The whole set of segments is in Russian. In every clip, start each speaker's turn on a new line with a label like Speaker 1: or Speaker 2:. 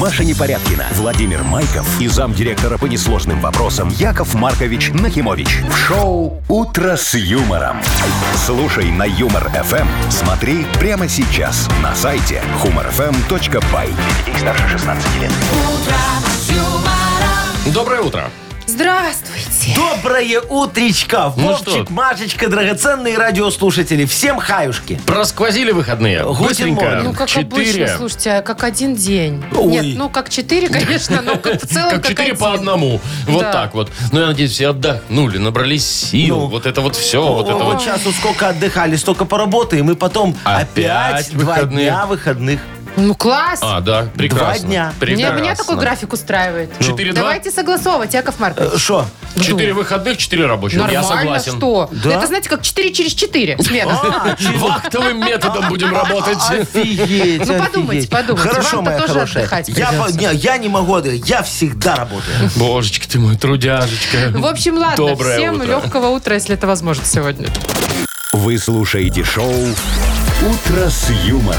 Speaker 1: Маша Непорядкина, Владимир Майков и замдиректора по несложным вопросам Яков Маркович Нахимович. В шоу «Утро с юмором». Слушай на «Юмор-ФМ». Смотри прямо сейчас на сайте humorfm.by. Для детей старше 16 лет.
Speaker 2: Доброе утро.
Speaker 3: Здравствуйте.
Speaker 4: Доброе утречко,
Speaker 2: Ну
Speaker 4: Вовчик,
Speaker 2: что?
Speaker 4: Машечка, драгоценные радиослушатели. Всем хаюшки.
Speaker 2: Просквозили выходные.
Speaker 4: Гутен
Speaker 2: Быстренько.
Speaker 4: морген.
Speaker 3: Ну, как
Speaker 2: Эм, четыре.
Speaker 3: обычно, слушайте, а как один день.
Speaker 4: Ой.
Speaker 3: Нет, ну, как четыре, конечно, но как в целом,
Speaker 2: Как
Speaker 3: как
Speaker 2: четыре по
Speaker 3: один.
Speaker 2: одному. Вот
Speaker 3: ну, Да.
Speaker 2: так вот. Ну, я надеюсь, все отдохнули, набрались сил.
Speaker 4: Ну.
Speaker 2: вот это вот все, вот это
Speaker 4: Вот
Speaker 2: вот.
Speaker 4: сейчас вот сколько отдыхали, столько поработаем, и потом
Speaker 2: Опять
Speaker 4: опять, два
Speaker 2: выходные.
Speaker 4: дня выходных.
Speaker 3: Ну, класс.
Speaker 2: А, да, прекрасно.
Speaker 4: дня.
Speaker 3: Мне,
Speaker 2: Прекрасно.
Speaker 3: меня такой график устраивает.
Speaker 2: Четыре, Ну, два?
Speaker 3: Давайте согласовывать, Яков Маркович.
Speaker 4: Э, Шо?
Speaker 2: Четыре выходных, четыре рабочих.
Speaker 3: Нормально,
Speaker 2: я согласен.
Speaker 3: что?
Speaker 4: Да?
Speaker 3: Это, знаете, как 4 через 4 смена.
Speaker 4: А, че-
Speaker 2: Вахтовым методом будем работать.
Speaker 4: Офигеть,
Speaker 3: Ну, подумайте,
Speaker 4: офигеть.
Speaker 3: подумайте.
Speaker 4: Хорошо,
Speaker 3: Вам-то
Speaker 4: моя
Speaker 3: тоже
Speaker 4: хорошая.
Speaker 3: отдыхать
Speaker 4: Я по-
Speaker 3: придется.
Speaker 4: не, я не могу отдыхать, я всегда
Speaker 2: Ну,
Speaker 4: работаю.
Speaker 2: Божечки ты мой, трудяжечка.
Speaker 3: В общем, ладно,
Speaker 2: Доброе
Speaker 3: всем
Speaker 2: утро.
Speaker 3: легкого утра, если это возможно сегодня.
Speaker 1: Вы слушаете шоу «Утро с юмором»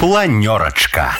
Speaker 1: Планерочка.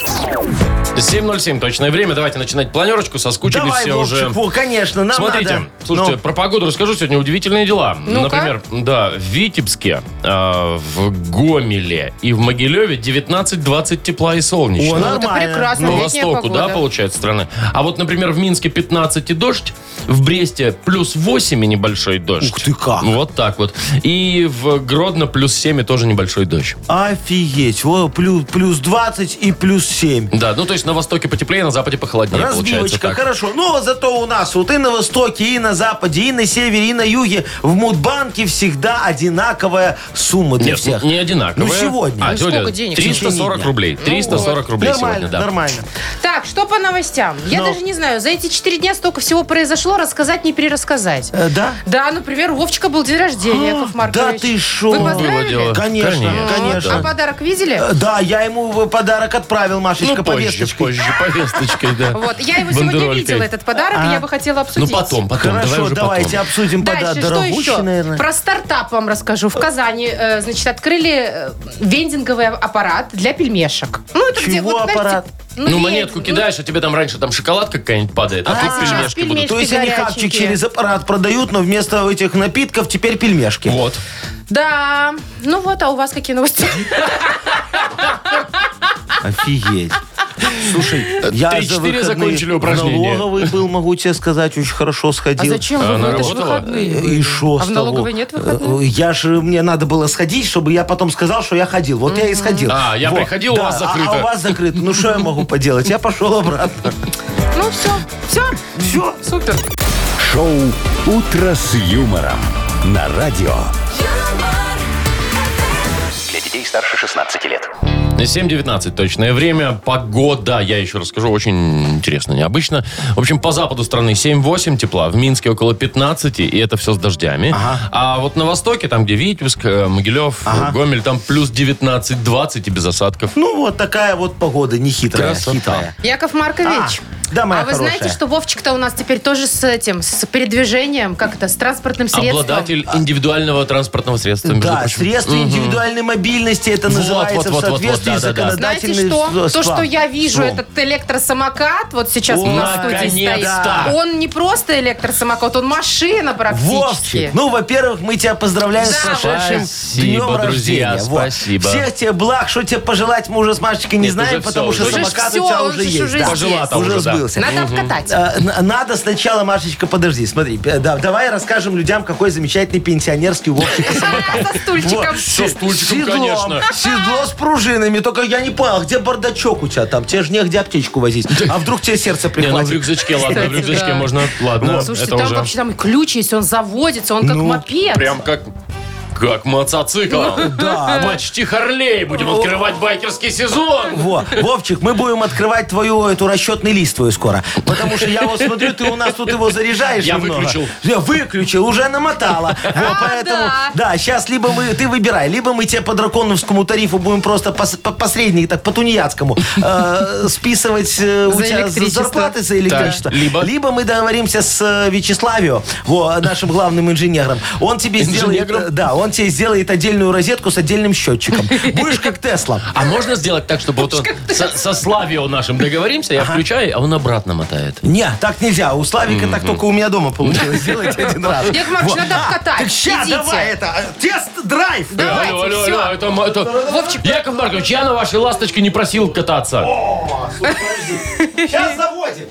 Speaker 2: 7.07 точное время. Давайте начинать планерочку. Соскучились
Speaker 4: Давай,
Speaker 2: все
Speaker 4: Вовчик,
Speaker 2: уже.
Speaker 4: во, конечно, нам
Speaker 2: Смотрите,
Speaker 4: надо.
Speaker 2: слушайте,
Speaker 4: Ну,
Speaker 2: про погоду расскажу. Сегодня удивительные дела.
Speaker 3: Ну-ка.
Speaker 2: Например, да, в Витебске, э, в Гомеле и в Могилеве 19-20 тепла и солнечно.
Speaker 4: О,
Speaker 3: Ну, это
Speaker 4: Нормально.
Speaker 3: прекрасно,
Speaker 2: По
Speaker 3: летняя
Speaker 2: востоку, да,
Speaker 3: погода.
Speaker 2: получается, страны. А вот, например, в Минске 15 и дождь, в Бресте плюс 8 и небольшой дождь.
Speaker 4: Ух ты, как.
Speaker 2: Вот так вот. И в Гродно плюс 7 и тоже небольшой дождь.
Speaker 4: Офигеть, Во, плюс, плюс 20 и плюс 7.
Speaker 2: Да, ну то есть на востоке потеплее, на западе похолоднее получается
Speaker 4: Разбивочка,
Speaker 2: так.
Speaker 4: хорошо. Ну, а зато у нас вот и на востоке, и на западе, и на севере, и на юге в Мудбанке всегда одинаковая сумма для
Speaker 2: Нет,
Speaker 4: всех.
Speaker 2: не одинаковые.
Speaker 4: Ну, сегодня.
Speaker 2: А,
Speaker 3: Ну,
Speaker 2: сегодня
Speaker 3: сколько денег?
Speaker 2: 340
Speaker 4: Сегодня. Ну,
Speaker 2: рублей. 340 рублей
Speaker 4: нормально,
Speaker 2: сегодня, да.
Speaker 4: нормально.
Speaker 3: Так, что по новостям? Я
Speaker 4: Ну.
Speaker 3: даже не знаю, за эти 4 дня столько всего произошло, рассказать не перерассказать.
Speaker 4: Э, да?
Speaker 3: Да, например, у Вовчика был день рождения, Яков Маркович.
Speaker 4: А, да ты шо?
Speaker 3: Вы
Speaker 2: Было дело.
Speaker 3: поздравили?
Speaker 4: Конечно,
Speaker 2: Конечно,
Speaker 3: А
Speaker 4: конечно.
Speaker 3: подарок видели?
Speaker 4: Э, Да, я ему в подарок отправил, Машечка,
Speaker 2: Ну, позже,
Speaker 4: повесточкой.
Speaker 2: позже, повесточкой, да.
Speaker 3: Вот, я его сегодня
Speaker 2: Бандеролькой.
Speaker 3: видела, этот подарок, и я бы хотела
Speaker 2: Ну,
Speaker 3: обсудить.
Speaker 2: потом, потом. давай
Speaker 4: Хорошо,
Speaker 2: уже
Speaker 4: давайте
Speaker 2: потом.
Speaker 4: а обсудим
Speaker 3: Дальше,
Speaker 4: подарок.
Speaker 3: что еще?
Speaker 4: Дорогущий, наверное.
Speaker 3: Про стартап вам расскажу. В Казани, э, значит, открыли э, вендинговый аппарат для пельмешек. Ну, это где...
Speaker 4: Чего
Speaker 3: вот, знаете,
Speaker 4: аппарат?
Speaker 2: Ну,
Speaker 3: вен-
Speaker 2: монетку
Speaker 3: ну,
Speaker 2: кидаешь, а тебе там раньше там шоколадка какая-нибудь падает, а тут
Speaker 3: А,
Speaker 2: пельмешки будут.
Speaker 3: пельмешки.
Speaker 4: То есть они хапчик
Speaker 3: горяченькие.
Speaker 4: через аппарат продают, но вместо этих напитков теперь пельмешки.
Speaker 2: Вот.
Speaker 3: Да. Ну вот, а у вас какие новости?
Speaker 4: Офигеть. Слушай, я за
Speaker 2: 3-4
Speaker 4: выходные
Speaker 2: Э, закончили
Speaker 4: в
Speaker 2: упражнение.
Speaker 4: налоговый был, могу тебе сказать, очень хорошо
Speaker 3: А
Speaker 4: сходил. Э,
Speaker 3: зачем
Speaker 2: А,
Speaker 3: вы?
Speaker 4: Ну,
Speaker 2: она
Speaker 3: Это ж
Speaker 2: работала?
Speaker 3: выходные.
Speaker 4: И шо
Speaker 3: А
Speaker 4: с
Speaker 3: в
Speaker 4: того?
Speaker 3: налоговой нет выходных?
Speaker 4: Э, Я же, мне надо было сходить, чтобы я потом сказал, что я ходил. Вот я и сходил.
Speaker 2: А, я приходил, у
Speaker 4: да,
Speaker 2: вас
Speaker 4: а-
Speaker 2: закрыто.
Speaker 4: А, у вас закрыто. Ну, что я могу поделать? Я пошел обратно.
Speaker 3: Ну все, все,
Speaker 4: Все.
Speaker 3: супер.
Speaker 1: Шоу «Утро с юмором» на радио.
Speaker 5: Для детей старше 16 лет.
Speaker 2: 7.19 точное время. Погода, я еще расскажу, очень интересно, необычно. В общем, по западу страны 7-8 тепла, в Минске около 15, и это все с дождями. А вот на востоке, там где Витебск, э, Могилев, э, Гомель, там плюс 19-20 и без осадков.
Speaker 4: Ну, вот такая вот погода, нехитрая.
Speaker 2: Красота.
Speaker 4: хитрая.
Speaker 3: Яков Маркович.
Speaker 4: А, да, моя
Speaker 3: а вы
Speaker 4: хорошая.
Speaker 3: знаете, что Вовчик-то у нас теперь тоже с этим, с передвижением, как это, с транспортным средством.
Speaker 2: Обладатель индивидуального транспортного средства, между
Speaker 4: Да,
Speaker 2: прочим.
Speaker 4: средства индивидуальной мобильности это
Speaker 2: Вот, вот,
Speaker 4: называется
Speaker 2: вот, вот,
Speaker 4: в
Speaker 2: вот,
Speaker 4: соответствии
Speaker 2: да, да,
Speaker 4: с
Speaker 2: да.
Speaker 3: Знаете
Speaker 4: законодательным
Speaker 3: что?
Speaker 4: с-
Speaker 3: То,
Speaker 4: с-
Speaker 3: что я вижу,
Speaker 4: Что?
Speaker 3: этот электросамокат, вот сейчас у нас в студии стоит.
Speaker 2: Наконец-то!
Speaker 3: Он не просто электросамокат, он машина практически.
Speaker 4: Вовчик, ну, во-первых, мы тебя поздравляем с
Speaker 3: Да,
Speaker 4: прошедшим
Speaker 2: Спасибо,
Speaker 4: днем
Speaker 2: друзья,
Speaker 4: рождения. Вот.
Speaker 2: спасибо.
Speaker 4: Всех тебе благ, что тебе пожелать, мы уже с Машечкой не
Speaker 2: Нет,
Speaker 4: знаем,
Speaker 2: уже
Speaker 4: потому
Speaker 2: всё,
Speaker 4: что
Speaker 2: уже. Уже
Speaker 4: самокат
Speaker 3: ж
Speaker 4: у тебя
Speaker 3: всё, он
Speaker 4: уже
Speaker 3: же
Speaker 4: есть.
Speaker 3: уже
Speaker 4: да.
Speaker 2: Пожила там уже,
Speaker 4: уже
Speaker 2: да.
Speaker 4: сбылся.
Speaker 3: Надо обкатать.
Speaker 4: Э, н- Надо сначала, Машечка, подожди, смотри, э, да, давай расскажем людям, какой замечательный пенсионерский Вовчик
Speaker 3: А, Со стульчиком.
Speaker 4: Вот.
Speaker 2: Со стульчиком,
Speaker 4: Седлом.
Speaker 2: конечно.
Speaker 4: Седло с пружинами. Только я не понял, где бардачок у тебя там? Тебе же негде аптечку возить. А вдруг тебе сердце
Speaker 2: Не, ну в
Speaker 4: прихватит?
Speaker 2: рюкзачке, ладно, в
Speaker 3: Кстати,
Speaker 2: рюкзачке
Speaker 3: да. Ну,
Speaker 2: можно, ладно,
Speaker 3: Слушайте,
Speaker 2: ну, это
Speaker 3: там
Speaker 2: уже
Speaker 3: вообще там и ключ есть, он заводится, он как
Speaker 4: Ну,
Speaker 3: мопед.
Speaker 2: прям как... Как мотоцикл.
Speaker 3: Ну,
Speaker 2: Да. Почти Харлей. Будем открывать байкерский сезон.
Speaker 4: Во, Вовчик, мы будем открывать твою, эту расчетный лист твою скоро. Потому что я вот смотрю, ты у нас тут его заряжаешь
Speaker 2: Я
Speaker 4: немного.
Speaker 2: выключил.
Speaker 4: Я выключил, уже намотала. Вот, поэтому,
Speaker 3: А, да.
Speaker 4: да, сейчас либо мы, ты выбирай, либо мы тебе по драконовскому тарифу будем просто пос- по, посредник, так, по тунеядскому, э, списывать э, у
Speaker 3: За
Speaker 4: тебя за-
Speaker 3: электричество.
Speaker 4: зарплаты за электричество.
Speaker 2: Так, либо?
Speaker 4: мы договоримся с э, Вячеславио, во, нашим главным инженером. Он тебе сделает...
Speaker 2: Инженером?
Speaker 4: э, Да, он Он тебе сделает отдельную розетку с отдельным счетчиком. Будешь как Тесла.
Speaker 2: А можно сделать так, чтобы вот он со, со Славио нашим договоримся, я включаю, а он обратно мотает.
Speaker 4: Не, так нельзя. У Славика так только у меня дома получилось сделать один раз.
Speaker 3: Яков Маркович,
Speaker 4: Вот.
Speaker 3: надо обкатать.
Speaker 4: Так ща,
Speaker 3: Идите.
Speaker 4: давай это. а, Тест-драйв.
Speaker 3: Давайте,
Speaker 2: Алло, алло,
Speaker 3: всё.
Speaker 2: алло, это м- это-
Speaker 3: Вовчик.
Speaker 2: Яков Маркович, я на вашей ласточке не просил кататься.
Speaker 4: Сейчас заводим.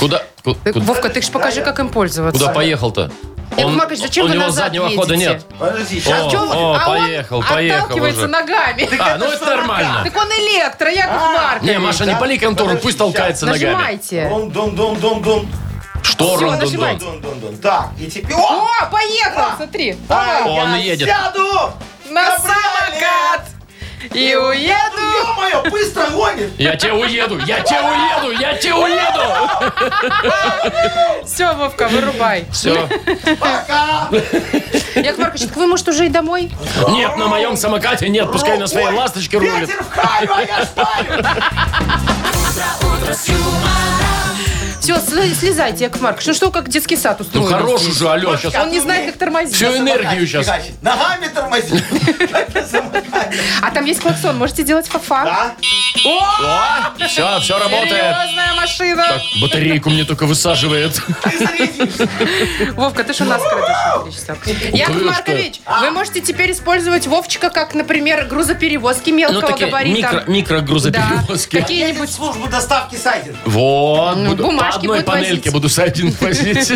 Speaker 2: Куда? ку-
Speaker 3: Ты,
Speaker 2: куда-
Speaker 3: Вовка, ты ж покажи, как им пользоваться.
Speaker 2: Куда поехал-то?
Speaker 3: Яков Маркович, зачем
Speaker 2: у
Speaker 3: вы
Speaker 2: него
Speaker 3: назад
Speaker 2: заднего
Speaker 3: едете?
Speaker 2: хода нет.
Speaker 4: Подожди,
Speaker 2: О,
Speaker 4: сейчас.
Speaker 3: Чё вы-
Speaker 2: о,
Speaker 3: а он
Speaker 2: поехал, поехал
Speaker 3: отталкивается
Speaker 2: уже.
Speaker 3: нормально.
Speaker 2: А, ну это нормально.
Speaker 3: Так он электро, Яков Маркович.
Speaker 2: Не, Маша, не пали контору, пусть толкается ногами.
Speaker 3: Нажимайте.
Speaker 4: Дон-дон-дон-дон-дон.
Speaker 2: Что,
Speaker 3: Всё,
Speaker 2: рон, дон, дон?
Speaker 3: нажимайте.
Speaker 4: Дон-дон-дон. Так, и теперь... О!
Speaker 3: О, поехал, смотри.
Speaker 4: А
Speaker 2: Он
Speaker 4: я
Speaker 2: едет.
Speaker 4: сяду!
Speaker 3: На самокат. И уеду.
Speaker 4: Ё-моё, быстро гонит!
Speaker 2: Я тебе уеду, я тебе уеду, я тебе уеду.
Speaker 3: Все, Вовка, вырубай.
Speaker 2: Все.
Speaker 3: Яков Маркович, так вы, может, уже и домой?
Speaker 2: Нет, на моем самокате нет, пускай на своей ласточке рулит.
Speaker 4: Ветер в харю, а я шпарю!
Speaker 3: Все, слезайте, Яков Маркович. Ну что, вы как детский сад
Speaker 2: Ну
Speaker 3: устроили?
Speaker 2: хорош уже, алло, сейчас
Speaker 3: Он не знает, как тормозить.
Speaker 2: всю энергию сейчас.
Speaker 4: Фигачит. Ногами тормози! Как на самокате.
Speaker 3: А там есть клаксон, можете делать фафа.
Speaker 4: Да?
Speaker 2: О, все, все работает.
Speaker 3: Серьезная машина.
Speaker 2: Так, батарейку мне только высаживает.
Speaker 3: Вовка, ты что нас крадешь? на три часа? Яков
Speaker 2: что?
Speaker 3: Маркович, вы можете теперь использовать Вовчика как, например, грузоперевозки
Speaker 2: Ну,
Speaker 3: мелкого
Speaker 2: такие микро,
Speaker 3: габарита. Да,
Speaker 2: микрогрузоперевозки.
Speaker 3: какие-нибудь...
Speaker 4: Службу доставки сайдинг.
Speaker 2: Вот,
Speaker 3: Ну,
Speaker 2: буду- по
Speaker 3: бумажки
Speaker 2: одной
Speaker 3: будет
Speaker 2: панельке
Speaker 3: возить.
Speaker 2: буду сайдинг возить.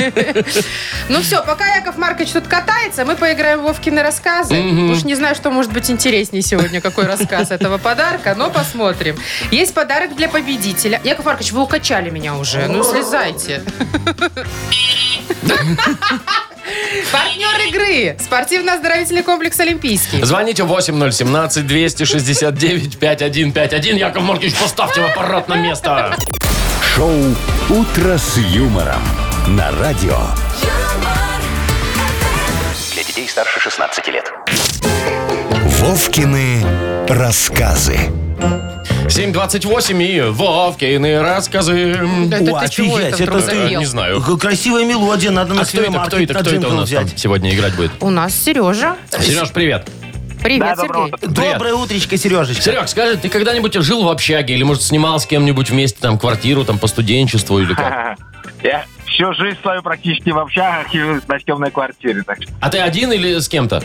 Speaker 3: Ну все, пока Яков Маркович тут катается, мы поиграем в Вовкины рассказы. Уж не знаю, что может быть интереснее сегодня, какой рассказ этого подарка, но посмотрим. Есть подарок для победителя. Яков Маркович, вы укачали меня уже. Ну, слезайте. Партнер игры. Спортивно-оздоровительный комплекс «Олимпийский».
Speaker 2: Звоните 8017-269-5151. Яков Маркович, поставьте в аппарат на место.
Speaker 1: Шоу «Утро с юмором» на радио.
Speaker 5: Для детей старше 16 лет.
Speaker 1: Вовкины рассказы.
Speaker 2: 7.28 и Вовкины рассказы. Э,
Speaker 3: Это ты чего это вдруг запел?
Speaker 2: Не знаю.
Speaker 4: К- Красивая мелодия, надо на
Speaker 2: А кто
Speaker 4: себе
Speaker 2: это, кто это, кто это у нас там сегодня играть будет?
Speaker 3: У нас Сережа.
Speaker 2: Сереж, привет.
Speaker 3: Привет, Сергей.
Speaker 2: Привет.
Speaker 4: Доброе утречко, Сережечка.
Speaker 2: Серег, скажи, ты когда-нибудь жил в общаге или, может, снимал с кем-нибудь вместе там квартиру, там, по студенчеству или как?
Speaker 6: Я всю жизнь свою практически в общагах и на съемной квартире. Так. что.
Speaker 2: А ты один или с кем-то?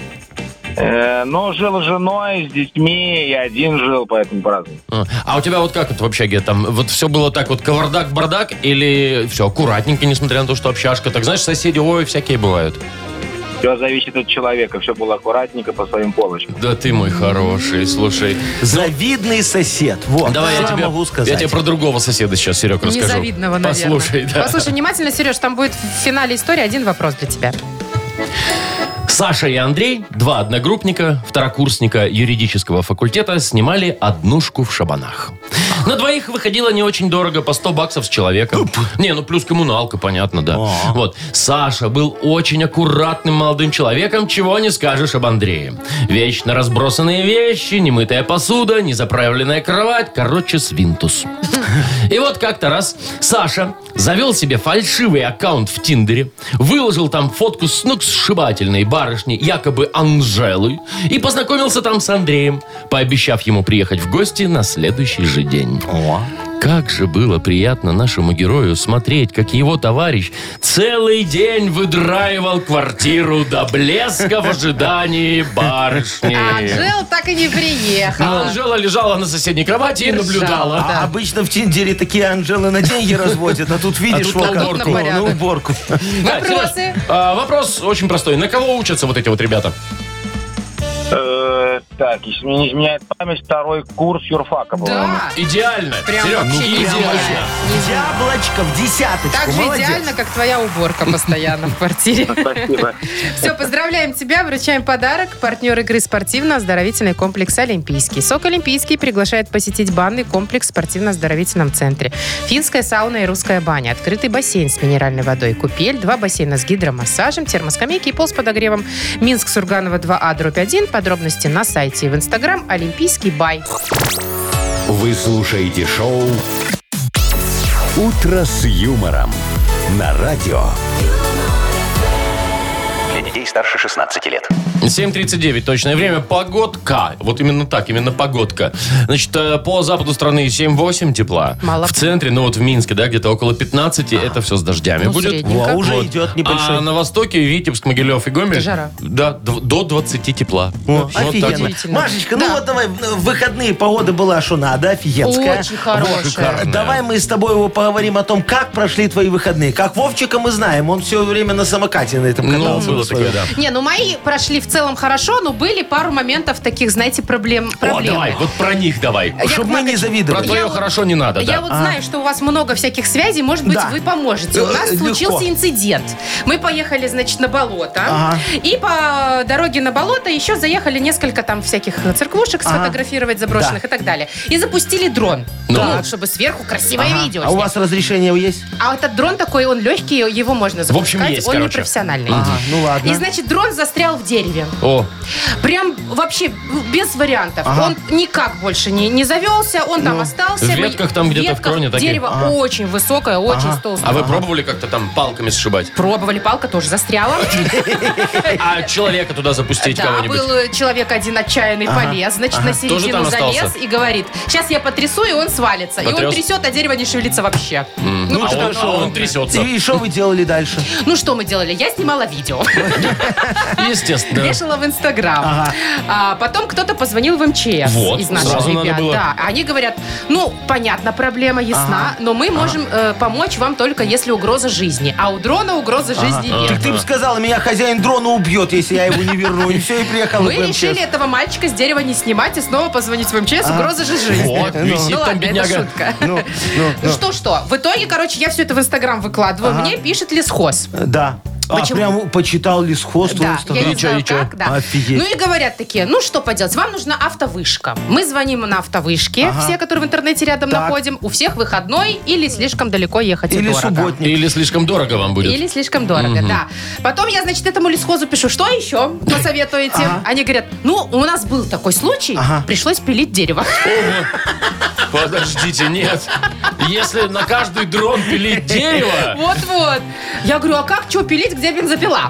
Speaker 6: Э, но жил с женой, с детьми, и один жил, поэтому по-разному.
Speaker 2: А а у тебя вот как это в общаге? Там вот все было так вот кавардак-бардак или все аккуратненько, несмотря на то, что общажка? Так знаешь, соседи, ой, всякие бывают.
Speaker 6: Все зависит от человека, все было аккуратненько по своим полочкам.
Speaker 2: Да ты мой хороший, слушай.
Speaker 4: Завидный сосед. Вот,
Speaker 2: Ну, Давай я
Speaker 4: что
Speaker 2: тебе,
Speaker 4: могу
Speaker 2: я
Speaker 4: сказать.
Speaker 2: тебе про другого соседа сейчас, Серег, расскажу.
Speaker 3: Незавидного, наверное.
Speaker 2: Послушай, да.
Speaker 3: Послушай внимательно, Сереж, там будет в финале истории один вопрос для тебя.
Speaker 2: Саша и Андрей, два одногруппника, второкурсника юридического факультета, снимали однушку в Шабанах. На двоих выходило не очень дорого, по 100 баксов с человека. Не, ну плюс коммуналка, понятно, да.
Speaker 4: А.
Speaker 2: Вот. Саша был очень аккуратным молодым человеком, чего не скажешь об Андрее. Вечно разбросанные вещи, немытая посуда, незаправленная кровать, короче, свинтус. И вот как-то раз Саша завел себе фальшивый аккаунт в Тиндере, выложил там фотку с ну, сногсшибательной барышни, якобы Анжелы, и познакомился там с Андреем, пообещав ему приехать в гости на следующий же день. Как же было приятно нашему герою смотреть, как его товарищ целый день выдраивал квартиру до блеска в ожидании барышни.
Speaker 3: А Анжела так и не
Speaker 2: А
Speaker 3: приехала.
Speaker 2: Анжела лежала на соседней кровати и
Speaker 3: Держала.
Speaker 2: наблюдала.
Speaker 4: А Обычно в Тиндере такие Анжелы на деньги разводят, а тут видишь,
Speaker 2: тут
Speaker 4: вот
Speaker 2: на
Speaker 4: как.
Speaker 2: уборку.
Speaker 4: Ну,
Speaker 3: Порядок.
Speaker 4: на уборку.
Speaker 2: Да,
Speaker 3: Вопросы?
Speaker 2: Серёж, а, вопрос очень простой. На кого учатся вот эти вот ребята?
Speaker 6: Э, так, если мне не изменяет память, второй курс юрфака, по-моему.
Speaker 3: Да.
Speaker 2: Идеально.
Speaker 3: А. Прям
Speaker 2: Серёг,
Speaker 3: вообще
Speaker 2: ну,
Speaker 3: идеально.
Speaker 2: идеально.
Speaker 4: Яблочко в десяточку.
Speaker 3: Так же
Speaker 4: Молодец.
Speaker 3: идеально, как твоя уборка постоянно в квартире.
Speaker 6: Спасибо.
Speaker 3: Все, поздравляем тебя, вручаем подарок. Партнер игры спортивно-оздоровительный комплекс «Олимпийский». СОК «Олимпийский» приглашает посетить банный комплекс в спортивно-оздоровительном центре. Финская сауна и русская баня, открытый бассейн с минеральной водой, купель, два бассейна с гидромассажем, термоскамейки и пол с подогревом. Минск, Сурганова 2А, дробь 1. Подробности на сайте и в Инстаграм «Олимпийский бай».
Speaker 1: Вы слушаете шоу «Утро с юмором» на радио.
Speaker 5: Для детей старше 16 лет.
Speaker 2: 7.39 точное время. Погодка. Вот именно так, именно погодка. Значит, э, по западу страны 7-8 тепла.
Speaker 3: Мало. А.
Speaker 2: В центре, ну вот в Минске, да, где-то около 15, это все с дождями
Speaker 3: Ну,
Speaker 2: будет.
Speaker 3: средненько.
Speaker 4: Во, уже
Speaker 2: Вот.
Speaker 4: идет небольшой.
Speaker 2: А на востоке Витебск, Могилев и Гомель.
Speaker 3: Это жара.
Speaker 2: Да, дв- до 20 тепла. Вот так
Speaker 4: Офигенно.
Speaker 2: вот.
Speaker 3: Удивительно.
Speaker 4: Машечка,
Speaker 3: Да.
Speaker 4: ну вот давай, в выходные погода была, а что надо, офигенская.
Speaker 3: Очень хорошая.
Speaker 2: шикарно.
Speaker 4: Давай мы с тобой его поговорим о том, как прошли твои выходные. Как Вовчика мы знаем, он все время на самокате на этом
Speaker 2: Ну,
Speaker 4: катался.
Speaker 2: было
Speaker 4: на своем.
Speaker 2: такое, да.
Speaker 3: Не, ну мои прошли в целом хорошо, но были пару моментов таких, знаете, проблем.
Speaker 2: О,
Speaker 3: проблемы.
Speaker 2: давай, вот про них давай.
Speaker 3: Яков
Speaker 4: Чтобы мы не
Speaker 3: Маркович,
Speaker 2: Про
Speaker 4: завидовали.
Speaker 2: твое
Speaker 3: вот-
Speaker 2: хорошо не надо,
Speaker 3: Я
Speaker 2: да.
Speaker 3: вот знаю, что у вас много всяких связей, может быть,
Speaker 4: А. Да.
Speaker 3: вы поможете. У
Speaker 4: Э,
Speaker 3: нас
Speaker 4: э,
Speaker 3: случился
Speaker 4: легко.
Speaker 3: инцидент. Мы поехали, значит, на болото.
Speaker 4: Ага.
Speaker 3: И по дороге на болото еще заехали несколько там всяких церквушек сфотографировать, заброшенных
Speaker 4: Да.
Speaker 3: и так далее. И запустили дрон.
Speaker 2: Ну.
Speaker 3: Ну, чтобы сверху красивое
Speaker 4: Ага.
Speaker 3: видео.
Speaker 4: А у
Speaker 3: снять.
Speaker 4: вас разрешение есть?
Speaker 3: А этот дрон такой, он легкий, его можно
Speaker 2: В общем,
Speaker 3: запускать.
Speaker 2: есть,
Speaker 3: он
Speaker 2: короче.
Speaker 3: не профессиональный.
Speaker 4: А, ну ладно.
Speaker 3: И значит, дрон застрял в дереве.
Speaker 2: О,
Speaker 3: Прям вообще без вариантов. Он никак больше не, не завелся, он там остался.
Speaker 2: В ветках там
Speaker 3: В
Speaker 2: где-то в
Speaker 3: ветках.
Speaker 2: кроне такие.
Speaker 3: Дерево очень высокое, очень толстое.
Speaker 2: а вы пробовали как-то там палками сшибать?
Speaker 3: Пробовали, палка тоже застряла.
Speaker 2: А человека туда запустить
Speaker 3: Да,
Speaker 2: кого-нибудь?
Speaker 3: был э, человек один отчаянный, полез, значит, на середину
Speaker 2: там
Speaker 3: залез
Speaker 2: остался?
Speaker 3: и говорит, сейчас я потрясу, и он свалится. И он
Speaker 2: Потряс?
Speaker 3: трясет, а дерево не шевелится вообще.
Speaker 2: Ну, а он, а он трясется.
Speaker 4: И что вы делали дальше?
Speaker 3: Ну, что мы делали? Я снимала видео.
Speaker 2: Естественно.
Speaker 3: Вешала в Инстаграм. А потом кто-то позвонил в МЧС
Speaker 2: Вот,
Speaker 3: из наших
Speaker 2: сразу надо
Speaker 3: ребят.
Speaker 2: было.
Speaker 3: Да, они говорят, ну, понятно, проблема ясна, но мы можем э, помочь вам только если угроза жизни. А у дрона угрозы жизни нет.
Speaker 4: Ты бы сказала, меня хозяин дрона убьет, если я его не верну. И все, и приехал
Speaker 3: Мы решили этого мальчика с дерева не снимать и снова позвонить в МЧС. Угроза же жизни.
Speaker 2: Вот, висит
Speaker 3: ну
Speaker 2: там
Speaker 3: ладно, это
Speaker 2: бедняга.
Speaker 3: шутка. Ну что-что. В итоге, короче, я все это в Инстаграм выкладываю. Мне пишет лесхоз.
Speaker 4: Да. А,
Speaker 3: Почему?
Speaker 4: прям почитал лесхоз.
Speaker 3: Да,
Speaker 4: просто.
Speaker 3: я не
Speaker 2: И чё,
Speaker 3: знаю
Speaker 2: и чё?
Speaker 3: как, да.
Speaker 4: Офигеть.
Speaker 3: Ну и говорят такие, ну что поделать, вам нужна автовышка. Мы звоним на автовышке, все, которые в интернете рядом
Speaker 4: Так.
Speaker 3: находим, у всех выходной или слишком далеко ехать и
Speaker 4: Или
Speaker 3: дорого.
Speaker 4: субботник.
Speaker 2: Или слишком дорого вам будет.
Speaker 3: Или слишком дорого, да. Потом я, значит, этому лесхозу пишу, что еще посоветуете? Они говорят, ну, у нас был такой случай, пришлось пилить дерево.
Speaker 2: Подождите, нет. Если на каждый дрон пилить дерево...
Speaker 3: Вот-вот. Я говорю, а как, что пилить, где бензопила?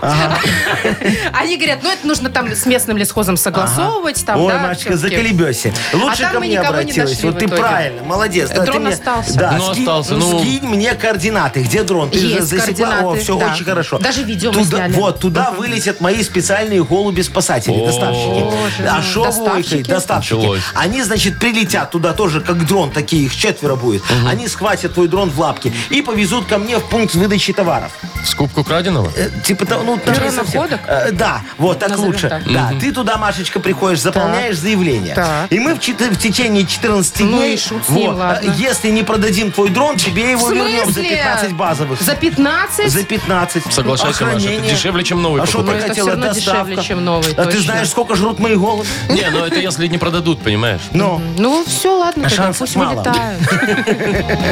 Speaker 3: Они говорят, ну, это нужно там с местным лесхозом согласовывать. там,
Speaker 4: Ой,
Speaker 3: да,
Speaker 4: Машечка,
Speaker 3: всё-таки».
Speaker 4: заколебёси. Лучше
Speaker 3: А там
Speaker 4: ко
Speaker 3: мы
Speaker 4: мне
Speaker 3: никого не
Speaker 4: обратилась.
Speaker 3: нашли в
Speaker 4: Вот ты
Speaker 3: итоге.
Speaker 4: правильно, молодец. да,
Speaker 3: Дрон
Speaker 4: ты мне-
Speaker 3: остался.
Speaker 4: Да,
Speaker 2: Ну,
Speaker 4: скинь-
Speaker 2: остался, ну.
Speaker 4: Скинь мне координаты. Где дрон? Ты
Speaker 3: Есть
Speaker 4: же засекла. О,
Speaker 3: координаты,
Speaker 4: все
Speaker 3: да.
Speaker 4: очень хорошо.
Speaker 3: Даже видео мы
Speaker 4: Туда-
Speaker 3: сняли.
Speaker 4: Вот, туда вылетят мои специальные голуби-спасатели, доставщики.
Speaker 3: Боже
Speaker 4: А
Speaker 3: мой,
Speaker 4: шо вы,
Speaker 3: доставщики?
Speaker 4: ой, доставщики?
Speaker 2: Началось.
Speaker 4: Они, значит, прилетят туда тоже, как дрон, такие их четверо будет. Они схватят твой дрон в лапки и повезут ко мне в пункт выдачи товаров.
Speaker 2: В скупку краденого?
Speaker 4: Э, Типа того, ну, там не совсем.
Speaker 3: находок?
Speaker 4: Э, Да, вот так
Speaker 3: Назовем
Speaker 4: лучше.
Speaker 3: так.
Speaker 4: Да, ты туда, Машечка, приходишь, заполняешь заявление.
Speaker 3: Так.
Speaker 4: И мы в, чет- в течение 14
Speaker 3: Ну
Speaker 4: дней,
Speaker 3: и шут с ним,
Speaker 4: вот,
Speaker 3: ладно.
Speaker 4: э, если не продадим твой дрон, тебе его
Speaker 3: В
Speaker 4: вернем за
Speaker 3: смысле?
Speaker 4: 15 базовых.
Speaker 3: За 15?
Speaker 4: За 15.
Speaker 2: Соглашайся, Маша, это
Speaker 4: Охранение.
Speaker 2: дешевле, чем новый
Speaker 4: А что ты
Speaker 2: покупать.
Speaker 3: это
Speaker 4: хотела?
Speaker 3: всё равно
Speaker 4: Доставка.
Speaker 3: дешевле, чем новый,
Speaker 4: А ты
Speaker 3: точно.
Speaker 4: знаешь, сколько жрут мои головы?
Speaker 2: Не, ну это если не продадут, понимаешь?
Speaker 4: Ну,
Speaker 3: Ну, все, ладно,
Speaker 4: А
Speaker 3: тогда
Speaker 4: шансов
Speaker 3: пусть
Speaker 4: мало.
Speaker 3: вылетают.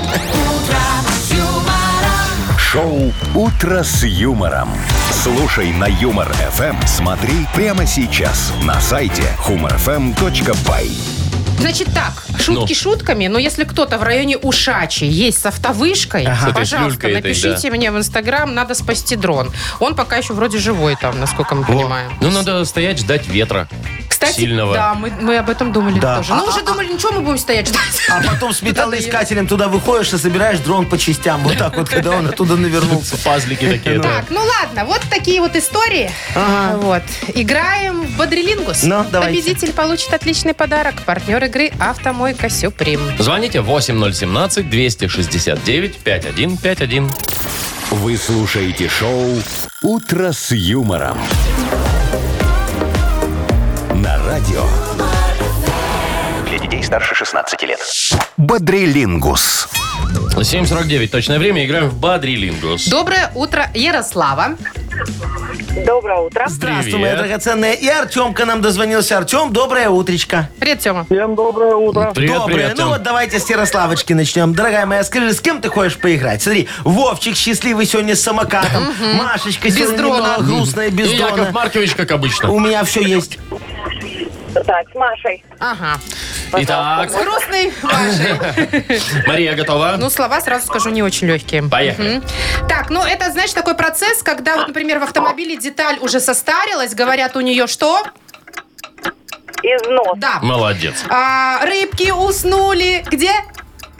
Speaker 1: Шоу «Утро с юмором». Слушай на Юмор ФМ. Смотри прямо сейчас на сайте humorfm.by.
Speaker 3: Значит так, шутки
Speaker 2: Ну.
Speaker 3: шутками, но если кто-то в районе Ушачи есть с автовышкой,
Speaker 2: С этой
Speaker 3: пожалуйста,
Speaker 2: люлькой этой,
Speaker 3: напишите мне в Инстаграм, надо спасти дрон. Он пока еще вроде живой там, насколько мы понимаем.
Speaker 2: Ну, надо стоять, ждать ветра.
Speaker 3: Кстати,
Speaker 2: сильного.
Speaker 3: да, мы, мы об этом думали
Speaker 4: Да.
Speaker 3: тоже. Ну, уже думали, ничего, мы будем стоять ждать.
Speaker 4: а потом с металлоискателем туда выходишь и собираешь дрон по частям. Вот так вот, когда он оттуда навернулся.
Speaker 2: Пазлики такие, да.
Speaker 3: Так, ну ладно, вот такие вот истории. Вот. Играем в Бодрилингус.
Speaker 4: Ну, давайте.
Speaker 3: Победитель получит отличный подарок. Партнер игры «Автомойка Сюприм».
Speaker 2: Звоните 8017-269-5151.
Speaker 1: Вы слушаете шоу «Утро с юмором». На радио
Speaker 5: Для детей старше 16 лет.
Speaker 1: «Бодрилингус».
Speaker 2: 7.49 точное время. Играем в Бадрилингус.
Speaker 3: Доброе утро, Ярослава.
Speaker 7: Доброе утро.
Speaker 4: Здравствуй, моя
Speaker 2: Привет.
Speaker 4: драгоценная. И Артемка нам дозвонился. Артем, доброе утречко.
Speaker 3: Привет, Тема.
Speaker 6: Всем доброе утро.
Speaker 2: Привет,
Speaker 4: Доброе.
Speaker 2: привет.
Speaker 4: ну
Speaker 2: Тём.
Speaker 4: вот давайте с Ярославочки начнем. Дорогая моя, скажи, с кем ты хочешь поиграть? Смотри, Вовчик счастливый сегодня с самокатом. Машечка сегодня
Speaker 3: дрона.
Speaker 4: немного грустная, без
Speaker 2: И Яков
Speaker 4: дрона.
Speaker 2: Маркович, как обычно.
Speaker 4: У меня все есть.
Speaker 7: Так, с Машей.
Speaker 3: Ага.
Speaker 2: Итак,
Speaker 3: С грустной Машей.
Speaker 2: Мария готова?
Speaker 3: Ну, слова, сразу скажу, не очень легкие.
Speaker 2: Поехали.
Speaker 3: Мгм. Так, ну это, знаешь, такой процесс, когда, вот, например, в автомобиле деталь уже состарилась, говорят у нее что?
Speaker 7: Износ.
Speaker 3: Да.
Speaker 2: Молодец.
Speaker 3: А, рыбки уснули. Где?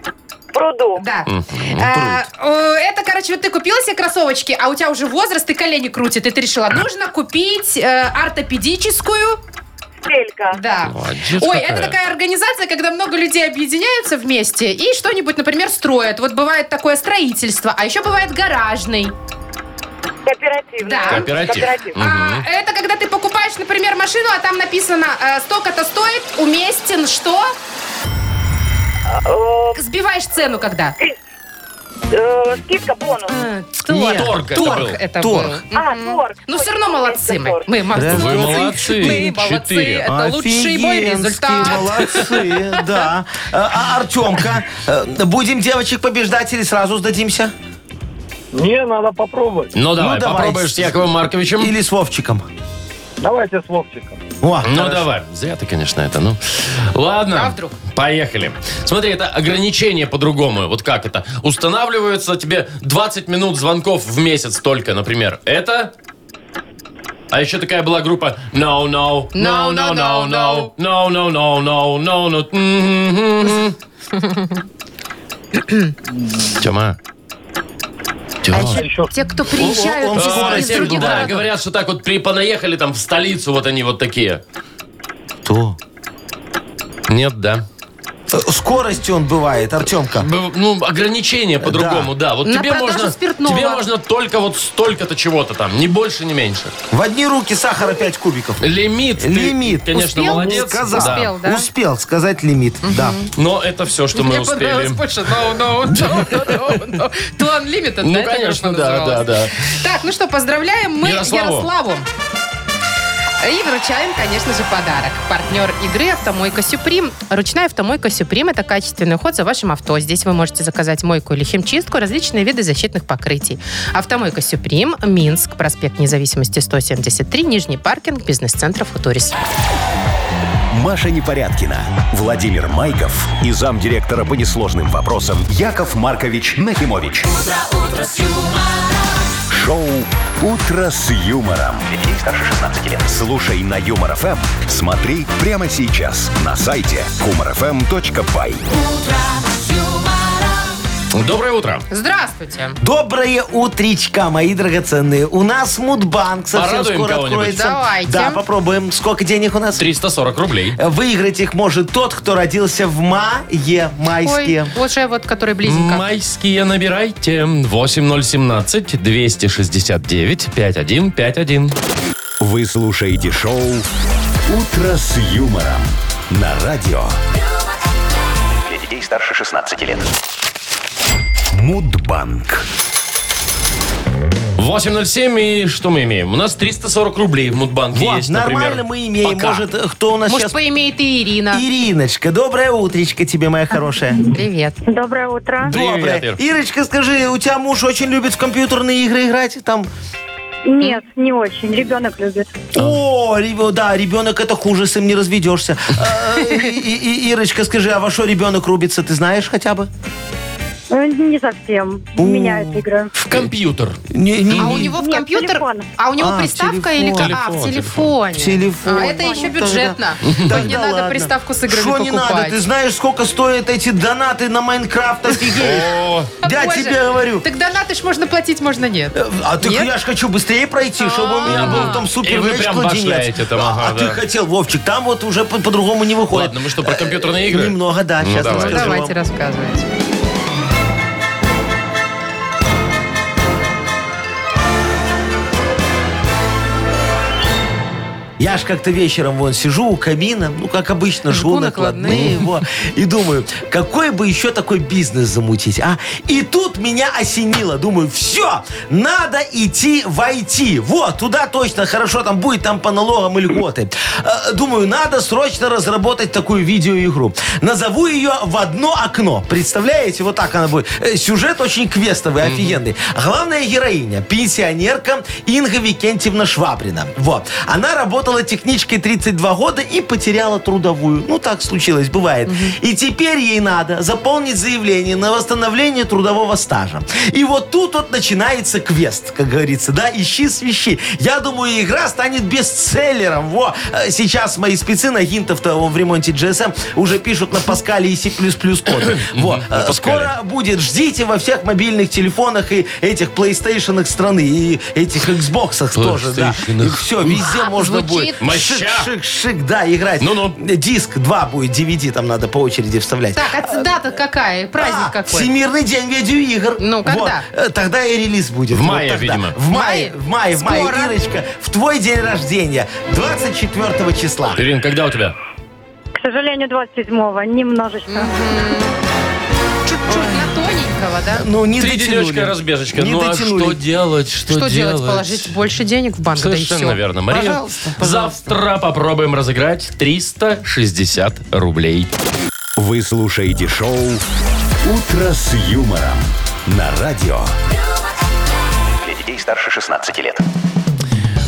Speaker 7: В пруду.
Speaker 3: Да.
Speaker 2: Мгм,
Speaker 3: А, э, это, короче, вот ты купила себе кроссовочки, а у тебя уже возраст и колени крутит, и ты решила, нужно купить э, ортопедическую.
Speaker 7: Селька.
Speaker 3: Да.
Speaker 2: Молодец
Speaker 3: Ой,
Speaker 2: какая.
Speaker 3: это такая организация, когда много людей объединяются вместе и что-нибудь, например, строят. Вот бывает такое строительство, а еще бывает гаражный.
Speaker 7: Кооперативная.
Speaker 3: Да.
Speaker 2: Кооператив. Мгм.
Speaker 3: А, это когда ты покупаешь, например, машину, а там написано, э, столько-то стоит, уместен, что?
Speaker 7: Э,
Speaker 3: Сбиваешь цену когда?
Speaker 7: э, Скидка, бонус.
Speaker 3: А,
Speaker 4: Нет,
Speaker 2: торг это был.
Speaker 3: это
Speaker 4: Торг.
Speaker 3: был.
Speaker 7: А,
Speaker 3: Мгм.
Speaker 7: торг.
Speaker 3: Ну,
Speaker 7: Точно,
Speaker 3: все равно молодцы мы.
Speaker 7: торг.
Speaker 3: Мы молодцы.
Speaker 2: Вы молодцы.
Speaker 3: Мы молодцы.
Speaker 2: Четыре.
Speaker 3: Это лучший мой
Speaker 4: Офигенский,
Speaker 3: результат.
Speaker 4: молодцы, да. А а Артемка, э, будем девочек побеждать или сразу сдадимся?
Speaker 6: Не, надо попробовать.
Speaker 2: Ну давай,
Speaker 4: давай.
Speaker 2: попробуешь с Яковом Марковичем.
Speaker 4: Или с Вовчиком?
Speaker 6: Давайте с Вовчиком.
Speaker 4: О,
Speaker 2: Ну
Speaker 4: хорошо.
Speaker 2: давай, зря ты, конечно, это, ну. Ладно,
Speaker 3: А вдруг?
Speaker 2: поехали. Смотри, это ограничение по-другому. Вот как это? Устанавливается тебе 20 минут звонков в месяц только, например. Это... А еще такая была группа No, no, no, no, no, no, no, no, no, no, no, no, м-м-м-м. Тёма. Тёма.
Speaker 3: А еще те, кто приезжают
Speaker 4: Он
Speaker 3: из-
Speaker 4: скоро
Speaker 3: из
Speaker 4: сел,
Speaker 3: других
Speaker 2: Да,
Speaker 3: городов.
Speaker 2: говорят, что так вот при понаехали там в столицу, вот они вот такие.
Speaker 4: Кто?
Speaker 2: Нет, да.
Speaker 4: Э, Скоростью он бывает, Артемка.
Speaker 2: Б- Ну, ограничения по-другому, да. Вот
Speaker 3: На
Speaker 2: тебе
Speaker 3: продажу
Speaker 2: можно,
Speaker 3: спиртного.
Speaker 2: тебе можно только вот столько-то чего-то там, ни больше, ни меньше.
Speaker 4: В одни руки сахара 5 кубиков.
Speaker 2: Лимит. ты,
Speaker 4: Лимит.
Speaker 2: конечно,
Speaker 3: Успел?
Speaker 2: молодец.
Speaker 4: Сказал.
Speaker 2: да.
Speaker 3: Успел, да?
Speaker 4: Успел сказать лимит, да.
Speaker 2: Но это все, что мы
Speaker 3: Мне понравилось
Speaker 2: успели.
Speaker 3: больше. No, no, no, no, no. To Unlimited, да,
Speaker 2: Ну,
Speaker 3: эта
Speaker 2: конечно,
Speaker 3: группа
Speaker 2: да, да,
Speaker 3: называлась?
Speaker 2: да.
Speaker 3: Так, ну что, поздравляем мы
Speaker 2: Ярославу.
Speaker 3: Ярославу. И вручаем, конечно же, подарок. Партнер игры «Автомойка Сюприм». Ручная «Автомойка Сюприм» — это качественный уход за вашим авто. Здесь вы можете заказать мойку или химчистку, различные виды защитных покрытий. «Автомойка Сюприм», Минск, проспект Независимости, 173, Нижний паркинг, бизнес-центр «Футурис».
Speaker 1: Маша Непорядкина, Владимир Майков и замдиректора по несложным вопросам Яков Маркович Нахимович. Шоу Утро с юмором. Детей старше 16 лет. Слушай на юмор ФМ. Смотри прямо сейчас на сайте эм humorfm.by.
Speaker 2: Доброе утро.
Speaker 3: Здравствуйте.
Speaker 4: Доброе утречка, мои драгоценные. У нас Мудбанк совсем
Speaker 2: Порадуем
Speaker 4: скоро
Speaker 2: кого-нибудь?
Speaker 4: откроется.
Speaker 3: Давайте.
Speaker 4: Да, попробуем. Сколько денег у нас?
Speaker 2: 340 рублей.
Speaker 4: Выиграть их может тот, кто родился в мае, майске.
Speaker 3: Ой, уже вот, который близенько.
Speaker 2: Майские набирайте. 8017 269 5151.
Speaker 1: Вы слушаете шоу Утро с юмором на радио
Speaker 5: Для детей старше 16 лет.
Speaker 1: Мудбанк.
Speaker 2: 807 и что мы имеем? У нас 340 рублей в Мудбанке
Speaker 4: Вот,
Speaker 2: есть, например.
Speaker 4: нормально мы имеем.
Speaker 2: Пока.
Speaker 4: Может, э, кто у нас
Speaker 3: Может,
Speaker 4: сейчас?
Speaker 3: поимеет и Ирина.
Speaker 4: Ириночка, доброе утречко тебе, моя хорошая.
Speaker 3: Привет.
Speaker 7: Доброе утро.
Speaker 2: Привет,
Speaker 4: Доброе.
Speaker 2: Ир.
Speaker 4: Ирочка, скажи, у тебя муж очень любит в компьютерные игры играть? Там...
Speaker 7: Нет, не очень. Ребенок любит.
Speaker 2: А.
Speaker 4: О, ребё- да, ребенок это хуже, с ним не разведешься. А, и- и- и- Ирочка, скажи, а во что ребенок рубится, ты знаешь хотя бы?
Speaker 7: Э, Не совсем. Меняет игры.
Speaker 2: В компьютер.
Speaker 4: Не- не-
Speaker 3: А
Speaker 4: не-
Speaker 3: у него в
Speaker 7: Нет,
Speaker 3: компьютер...
Speaker 7: телефон.
Speaker 3: А у него
Speaker 4: А,
Speaker 3: приставка
Speaker 4: телефон.
Speaker 3: или... как? А,
Speaker 2: Телефон,
Speaker 3: в телефоне.
Speaker 4: Телефон.
Speaker 3: А, это еще бюджетно.
Speaker 4: Тогда
Speaker 3: Не надо
Speaker 4: ладно.
Speaker 3: приставку с играми
Speaker 4: Что
Speaker 3: покупать.
Speaker 4: не надо? Ты знаешь, сколько стоят эти донаты на Майнкрафт? Офигеть.
Speaker 2: О,
Speaker 4: Я
Speaker 3: Боже.
Speaker 4: тебе говорю.
Speaker 3: Тогда на ты ж можно платить, можно нет.
Speaker 4: Э, А ты,
Speaker 3: Нет? А.
Speaker 4: я ж хочу быстрее пройти, чтобы у меня был там супер
Speaker 2: И вы
Speaker 4: меч
Speaker 2: прям
Speaker 4: кладенец.
Speaker 2: башляете там,
Speaker 4: А
Speaker 2: ага,
Speaker 4: а ты
Speaker 2: да.
Speaker 4: хотел, Вовчик, там вот уже по- по-другому не выходит.
Speaker 2: Ладно, мы что, про компьютерные игры?
Speaker 4: Немного, да,
Speaker 2: Ну,
Speaker 4: сейчас
Speaker 2: давайте.
Speaker 4: расскажу вам.
Speaker 3: Давайте рассказывайте.
Speaker 4: Я ж как-то вечером вон сижу у камина, ну, как обычно, жгу,
Speaker 3: Жгу
Speaker 4: накладные, во, и думаю, какой бы еще такой бизнес замутить, а? И тут меня осенило, думаю, все, надо идти войти, вот, туда точно, хорошо, там будет, там по налогам и льготы. Э, Думаю, надо срочно разработать такую видеоигру. Назову ее «В одно окно». Представляете, вот так она будет. Э, Сюжет очень квестовый, офигенный. Главная героиня, пенсионерка Инга Викентьевна Швабрина. Вот. Она работала работала техничкой 32 года и потеряла трудовую. Ну, так случилось, бывает. И теперь ей надо заполнить заявление на восстановление трудового стажа. И вот тут вот начинается квест, как говорится, да, ищи свищи. Я думаю, игра станет бестселлером. Во, э, сейчас мои спецы на гинтов-то вон в ремонте GSM уже пишут на Паскале и C++ коды. Во,
Speaker 2: на
Speaker 4: э,
Speaker 2: Паскале.
Speaker 4: скоро будет, ждите во всех мобильных телефонах и этих PlayStation страны, и этих Xbox тоже, да. И
Speaker 2: PlayStation.
Speaker 4: все, везде можно
Speaker 3: звучит.
Speaker 4: будет.
Speaker 2: Моща.
Speaker 4: Шик-шик-шик, да, играть.
Speaker 2: Ну-ну.
Speaker 4: Диск 2 будет, DVD там надо по очереди вставлять.
Speaker 3: Так, а ц- дата какая? Праздник
Speaker 4: А,
Speaker 3: какой?
Speaker 4: Всемирный день видеоигр.
Speaker 3: Ну, когда?
Speaker 4: Вот. Э, Тогда и релиз будет.
Speaker 2: В
Speaker 4: Вот
Speaker 2: мае,
Speaker 4: тогда.
Speaker 2: видимо.
Speaker 4: В мае, в мае, в мае.
Speaker 3: Скоро.
Speaker 4: Ирочка, в твой день рождения, 24 числа.
Speaker 2: Ирин, когда у тебя?
Speaker 7: К сожалению, 27-го, немножечко.
Speaker 3: Чуть-чуть на тоненького, да?
Speaker 4: Ну, не
Speaker 2: Три
Speaker 4: дотянули.
Speaker 2: денечка, разбежечка.
Speaker 4: Не
Speaker 2: ну
Speaker 4: дотянули.
Speaker 2: а что делать? Что,
Speaker 3: Что делать? Положить больше денег в банк, да и
Speaker 2: Совершенно
Speaker 3: все.
Speaker 2: верно, Марина.
Speaker 3: Пожалуйста, пожалуйста.
Speaker 2: Завтра попробуем разыграть 360 рублей.
Speaker 1: Вы слушаете шоу «Утро с юмором» на радио.
Speaker 5: Для детей старше 16 лет.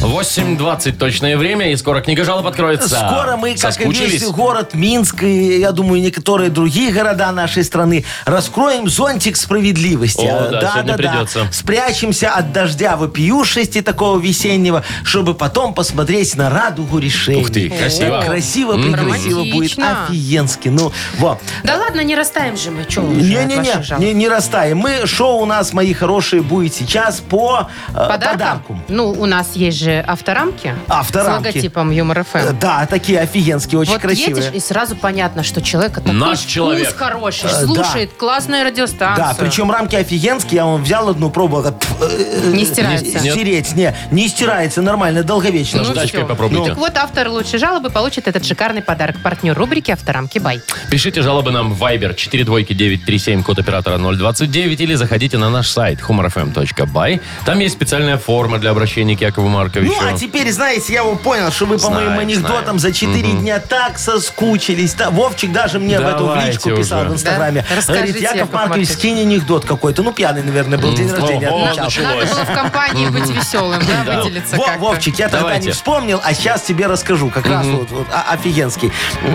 Speaker 2: 8.20 точное время, и скоро книга жалоб откроется.
Speaker 4: Скоро мы, как и
Speaker 2: Соскучились?
Speaker 4: весь город Минск, и, я думаю, некоторые другие города нашей страны, раскроем зонтик справедливости.
Speaker 2: О,
Speaker 4: А,
Speaker 2: да, сегодня придется.
Speaker 4: Спрячемся от дождя вопиюшести такого весеннего, чтобы потом посмотреть на радугу решений.
Speaker 2: Ух ты, красиво.
Speaker 4: Так красиво,
Speaker 2: М.
Speaker 4: прекрасиво будет.
Speaker 3: Романтично.
Speaker 4: Офигенски. Ну, вот.
Speaker 3: Да ладно, не растаем же мы. Че
Speaker 4: Не-не-не, не, не растаем. Мы, шоу у нас, мои хорошие, будет сейчас по э,
Speaker 3: Подарком?
Speaker 4: подарку.
Speaker 3: Ну, у нас есть же авторамки.
Speaker 4: Авторамки.
Speaker 3: С логотипом Юмор Эм. ФМ.
Speaker 4: Э, Да, такие офигенские, очень
Speaker 3: вот
Speaker 4: красивые.
Speaker 3: едешь, и сразу понятно, что человек такой
Speaker 2: Наш
Speaker 3: вкус
Speaker 2: человек.
Speaker 3: хороший,
Speaker 4: Э, да.
Speaker 3: слушает классную радиостанцию.
Speaker 4: Да, причем рамки офигенские. Я вам взял одну, пробовал. так, пф, э,
Speaker 3: Не
Speaker 4: э,
Speaker 3: стирается.
Speaker 4: не- Стереть, не, не стирается, нормально, долговечно.
Speaker 3: Ну,
Speaker 2: Ждачкой
Speaker 3: всё.
Speaker 2: попробуйте.
Speaker 3: Так вот, автор лучшей жалобы получит этот шикарный подарок. Партнер рубрики «Авторамки Бай».937
Speaker 2: Пишите жалобы нам в Viber 42937, код оператора 029, или заходите на наш сайт humorfm.by. Там есть специальная форма для обращения к Якову Марковичу.
Speaker 4: Ну, а теперь, знаете, я его понял, что вы по
Speaker 2: Знаем,
Speaker 4: моим анекдотам
Speaker 2: знаем.
Speaker 4: за 4 дня так соскучились. Да, Вовчик даже мне в эту в
Speaker 2: Давайте
Speaker 4: личку писал
Speaker 2: уже.
Speaker 4: в Инстаграме.
Speaker 3: Да? Расскажите,
Speaker 4: Говорит, Яков
Speaker 3: Яков
Speaker 4: Маркович,
Speaker 3: Маркович.
Speaker 4: скинь анекдот какой-то. Ну, пьяный, наверное, был день рождения.
Speaker 2: Ого,
Speaker 4: отмечал.
Speaker 2: начал.
Speaker 3: Надо было в компании быть веселым, да, выделиться
Speaker 4: Во-
Speaker 3: как-то.
Speaker 4: Вовчик, я тогда
Speaker 2: Давайте.
Speaker 4: не вспомнил, а сейчас тебе расскажу. Как раз вот, вот, а- офигенский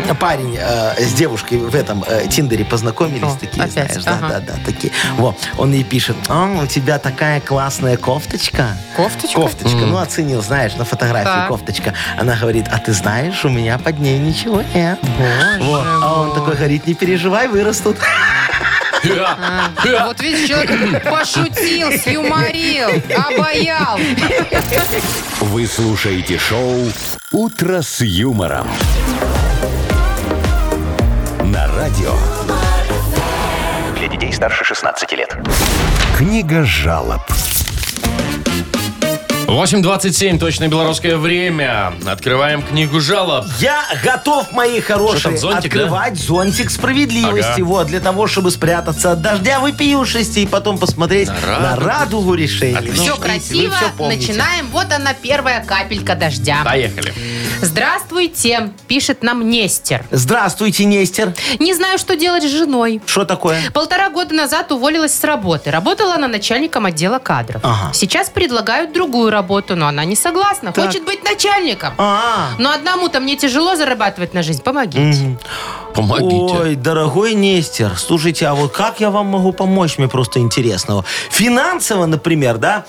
Speaker 4: м, парень э, с девушкой в этом э, Тиндере познакомились
Speaker 3: О,
Speaker 4: такие,
Speaker 3: опять,
Speaker 4: знаешь,
Speaker 3: ага.
Speaker 4: да, да, да, такие. Во, он ей пишет, а, у тебя такая классная кофточка.
Speaker 3: Кофточка?
Speaker 4: Кофточка, ну оценил, знаешь, на фотографии
Speaker 3: Так.
Speaker 4: кофточка. Она говорит, а ты знаешь, у меня под ней ничего нет. Во. А он такой говорит, не переживай, вырастут.
Speaker 3: А, Вот видишь, человек пошутил, сюморил, обаял.
Speaker 4: Ну,
Speaker 1: Вы слушаете шоу «Утро с юмором» на радио.
Speaker 5: Для детей старше 16 лет.
Speaker 1: Книга жалоб.
Speaker 2: 8.27, точное белорусское время. Открываем книгу жалоб.
Speaker 4: Я готов, мои хорошие,
Speaker 2: Что там, зонтик,
Speaker 4: открывать зонтик справедливости.
Speaker 2: Ага.
Speaker 4: Вот, для того, чтобы спрятаться от дождя выпившести и потом посмотреть на радугу, решений. Ну,
Speaker 3: Все
Speaker 4: видите, вы
Speaker 3: красиво,
Speaker 4: всё помните.
Speaker 3: начинаем. Вот она, первая капелька дождя.
Speaker 2: Поехали.
Speaker 3: Здравствуйте, пишет нам Нестер.
Speaker 4: Здравствуйте, Нестер.
Speaker 3: Не знаю, что делать с женой.
Speaker 4: Что такое?
Speaker 3: Полтора года назад уволилась с работы. Работала она начальником отдела кадров.
Speaker 4: Ага.
Speaker 3: Сейчас предлагают другую работу, но она не согласна.
Speaker 4: Так.
Speaker 3: Хочет быть начальником.
Speaker 4: А,
Speaker 3: Но одному-то мне тяжело зарабатывать на жизнь. Помогите.
Speaker 2: Помогите.
Speaker 4: Ой, дорогой Нестер, слушайте, а вот как я вам могу помочь? Мне просто интересного. Финансово, например, да?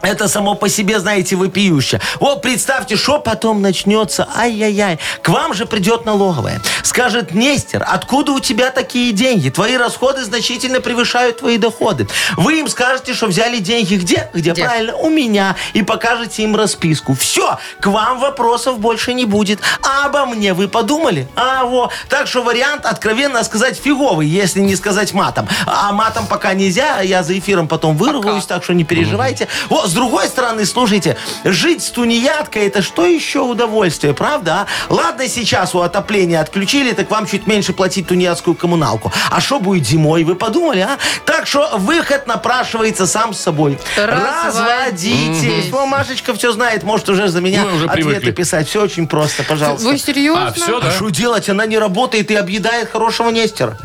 Speaker 4: Это само по себе, знаете, вопиюще. Вот представьте, что потом начнется. Ай-яй-яй. К вам же придет налоговая. Скажет, Нестер, откуда у тебя такие деньги? Твои расходы значительно превышают твои доходы. Вы им скажете, что взяли деньги где? Где?
Speaker 3: Где?
Speaker 4: Правильно, у меня. И покажете им расписку. Все, к вам вопросов больше не будет. А обо мне вы подумали? А, во. Так что вариант, откровенно сказать, фиговый, если не сказать матом. А матом пока нельзя, я за эфиром потом вырвусь, так что не переживайте. Вот, с другой стороны, слушайте, жить с тунеядкой, это что еще удовольствие, правда? а? Ладно, сейчас у отопления отключили, так вам чуть меньше платить тунеядскую коммуналку. А что будет зимой, вы подумали, а? Так что выход напрашивается сам с собой.
Speaker 3: Разводитесь.
Speaker 4: Разводитесь. Ну, Машечка все знает, может уже за меня
Speaker 2: Мы уже
Speaker 4: ответы
Speaker 2: привыкли.
Speaker 4: писать. Все очень просто, пожалуйста.
Speaker 3: Вы серьезно?
Speaker 2: А, все, да?
Speaker 4: Что делать? Она не работает и объедает хорошего Нестера.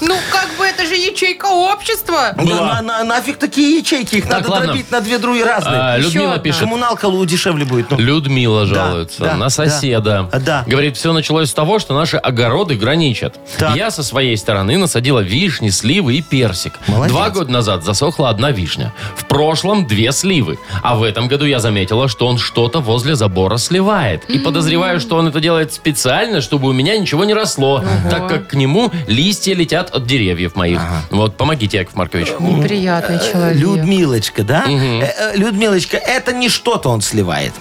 Speaker 3: Ну, как бы это это же ячейка общества.
Speaker 4: Да Ну, на- на- нафиг такие ячейки, их
Speaker 2: Так,
Speaker 4: надо
Speaker 2: ладно.
Speaker 4: дробить на две друи
Speaker 2: А,
Speaker 4: разные.
Speaker 3: Еще
Speaker 2: Людмила
Speaker 3: одна.
Speaker 2: пишет.
Speaker 4: Коммуналка лу- дешевле будет. ну.
Speaker 2: Людмила жалуется
Speaker 4: да,
Speaker 2: на
Speaker 4: да.
Speaker 2: соседа.
Speaker 4: А, да.
Speaker 2: Говорит, все началось с того, что наши огороды граничат.
Speaker 4: Так.
Speaker 2: Я со своей стороны насадила вишни, сливы и персик.
Speaker 4: Молодец.
Speaker 2: Два года назад засохла одна вишня. В прошлом две сливы. А в этом году я заметила, что он что-то возле забора сливает. И подозреваю, что он это делает специально, чтобы у меня ничего не росло, так как к нему листья летят от деревьев моих. Вот, помогите, Яков Маркович.
Speaker 3: Неприятный
Speaker 4: Э,
Speaker 3: человек.
Speaker 4: Людмилочка, да? Э, э, Людмилочка, это не что-то он сливает.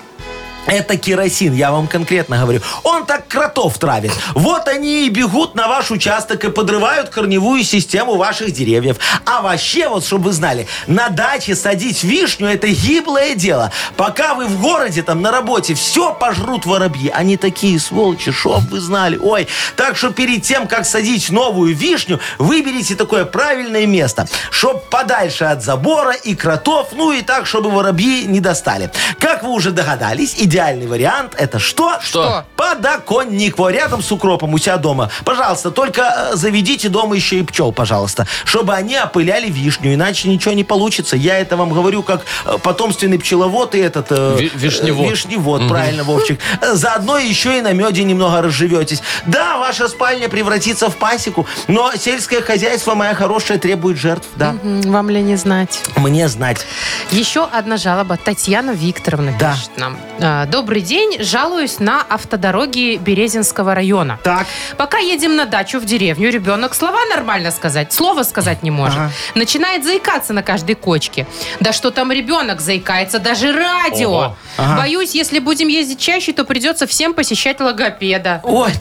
Speaker 4: Это керосин, я вам конкретно говорю. Он так кротов травит. Вот они и бегут на ваш участок и подрывают корневую систему ваших деревьев. А вообще, вот чтобы вы знали, на даче садить вишню это гиблое дело. Пока вы в городе, там, на работе, все пожрут воробьи. Они такие сволочи, чтоб вы знали. Ой, так что перед тем, как садить новую вишню, выберите такое правильное место, чтоб подальше от забора и кротов, ну и так, чтобы воробьи не достали. Как вы уже догадались, идеальный вариант это что?
Speaker 2: Что?
Speaker 4: Подоконник. Во, рядом с укропом у себя дома. Пожалуйста, только э, заведите дома еще и пчел, пожалуйста, чтобы они опыляли вишню, иначе ничего не получится. Я это вам говорю как э, потомственный пчеловод и этот... э,
Speaker 2: Ви- вишневод.
Speaker 4: э, Вишневод, правильно, Вовчик. Э, Заодно еще и на меде немного разживетесь. Да, ваша спальня превратится в пасеку, но сельское хозяйство, моя хорошая, требует жертв, да.
Speaker 3: М, Вам ли не знать?
Speaker 4: Мне знать.
Speaker 3: Еще одна жалоба. Татьяна Викторовна
Speaker 4: Да.
Speaker 3: пишет нам. А, Добрый день. Жалуюсь на автодороги Березинского района.
Speaker 4: Так.
Speaker 3: Пока едем на дачу в деревню, ребенок слова нормально сказать, слово сказать не может. Начинает заикаться на каждой кочке. Да что там ребенок заикается, даже радио.
Speaker 2: Ого.
Speaker 3: Боюсь, если будем ездить чаще, то придется всем посещать логопеда.
Speaker 4: Ой,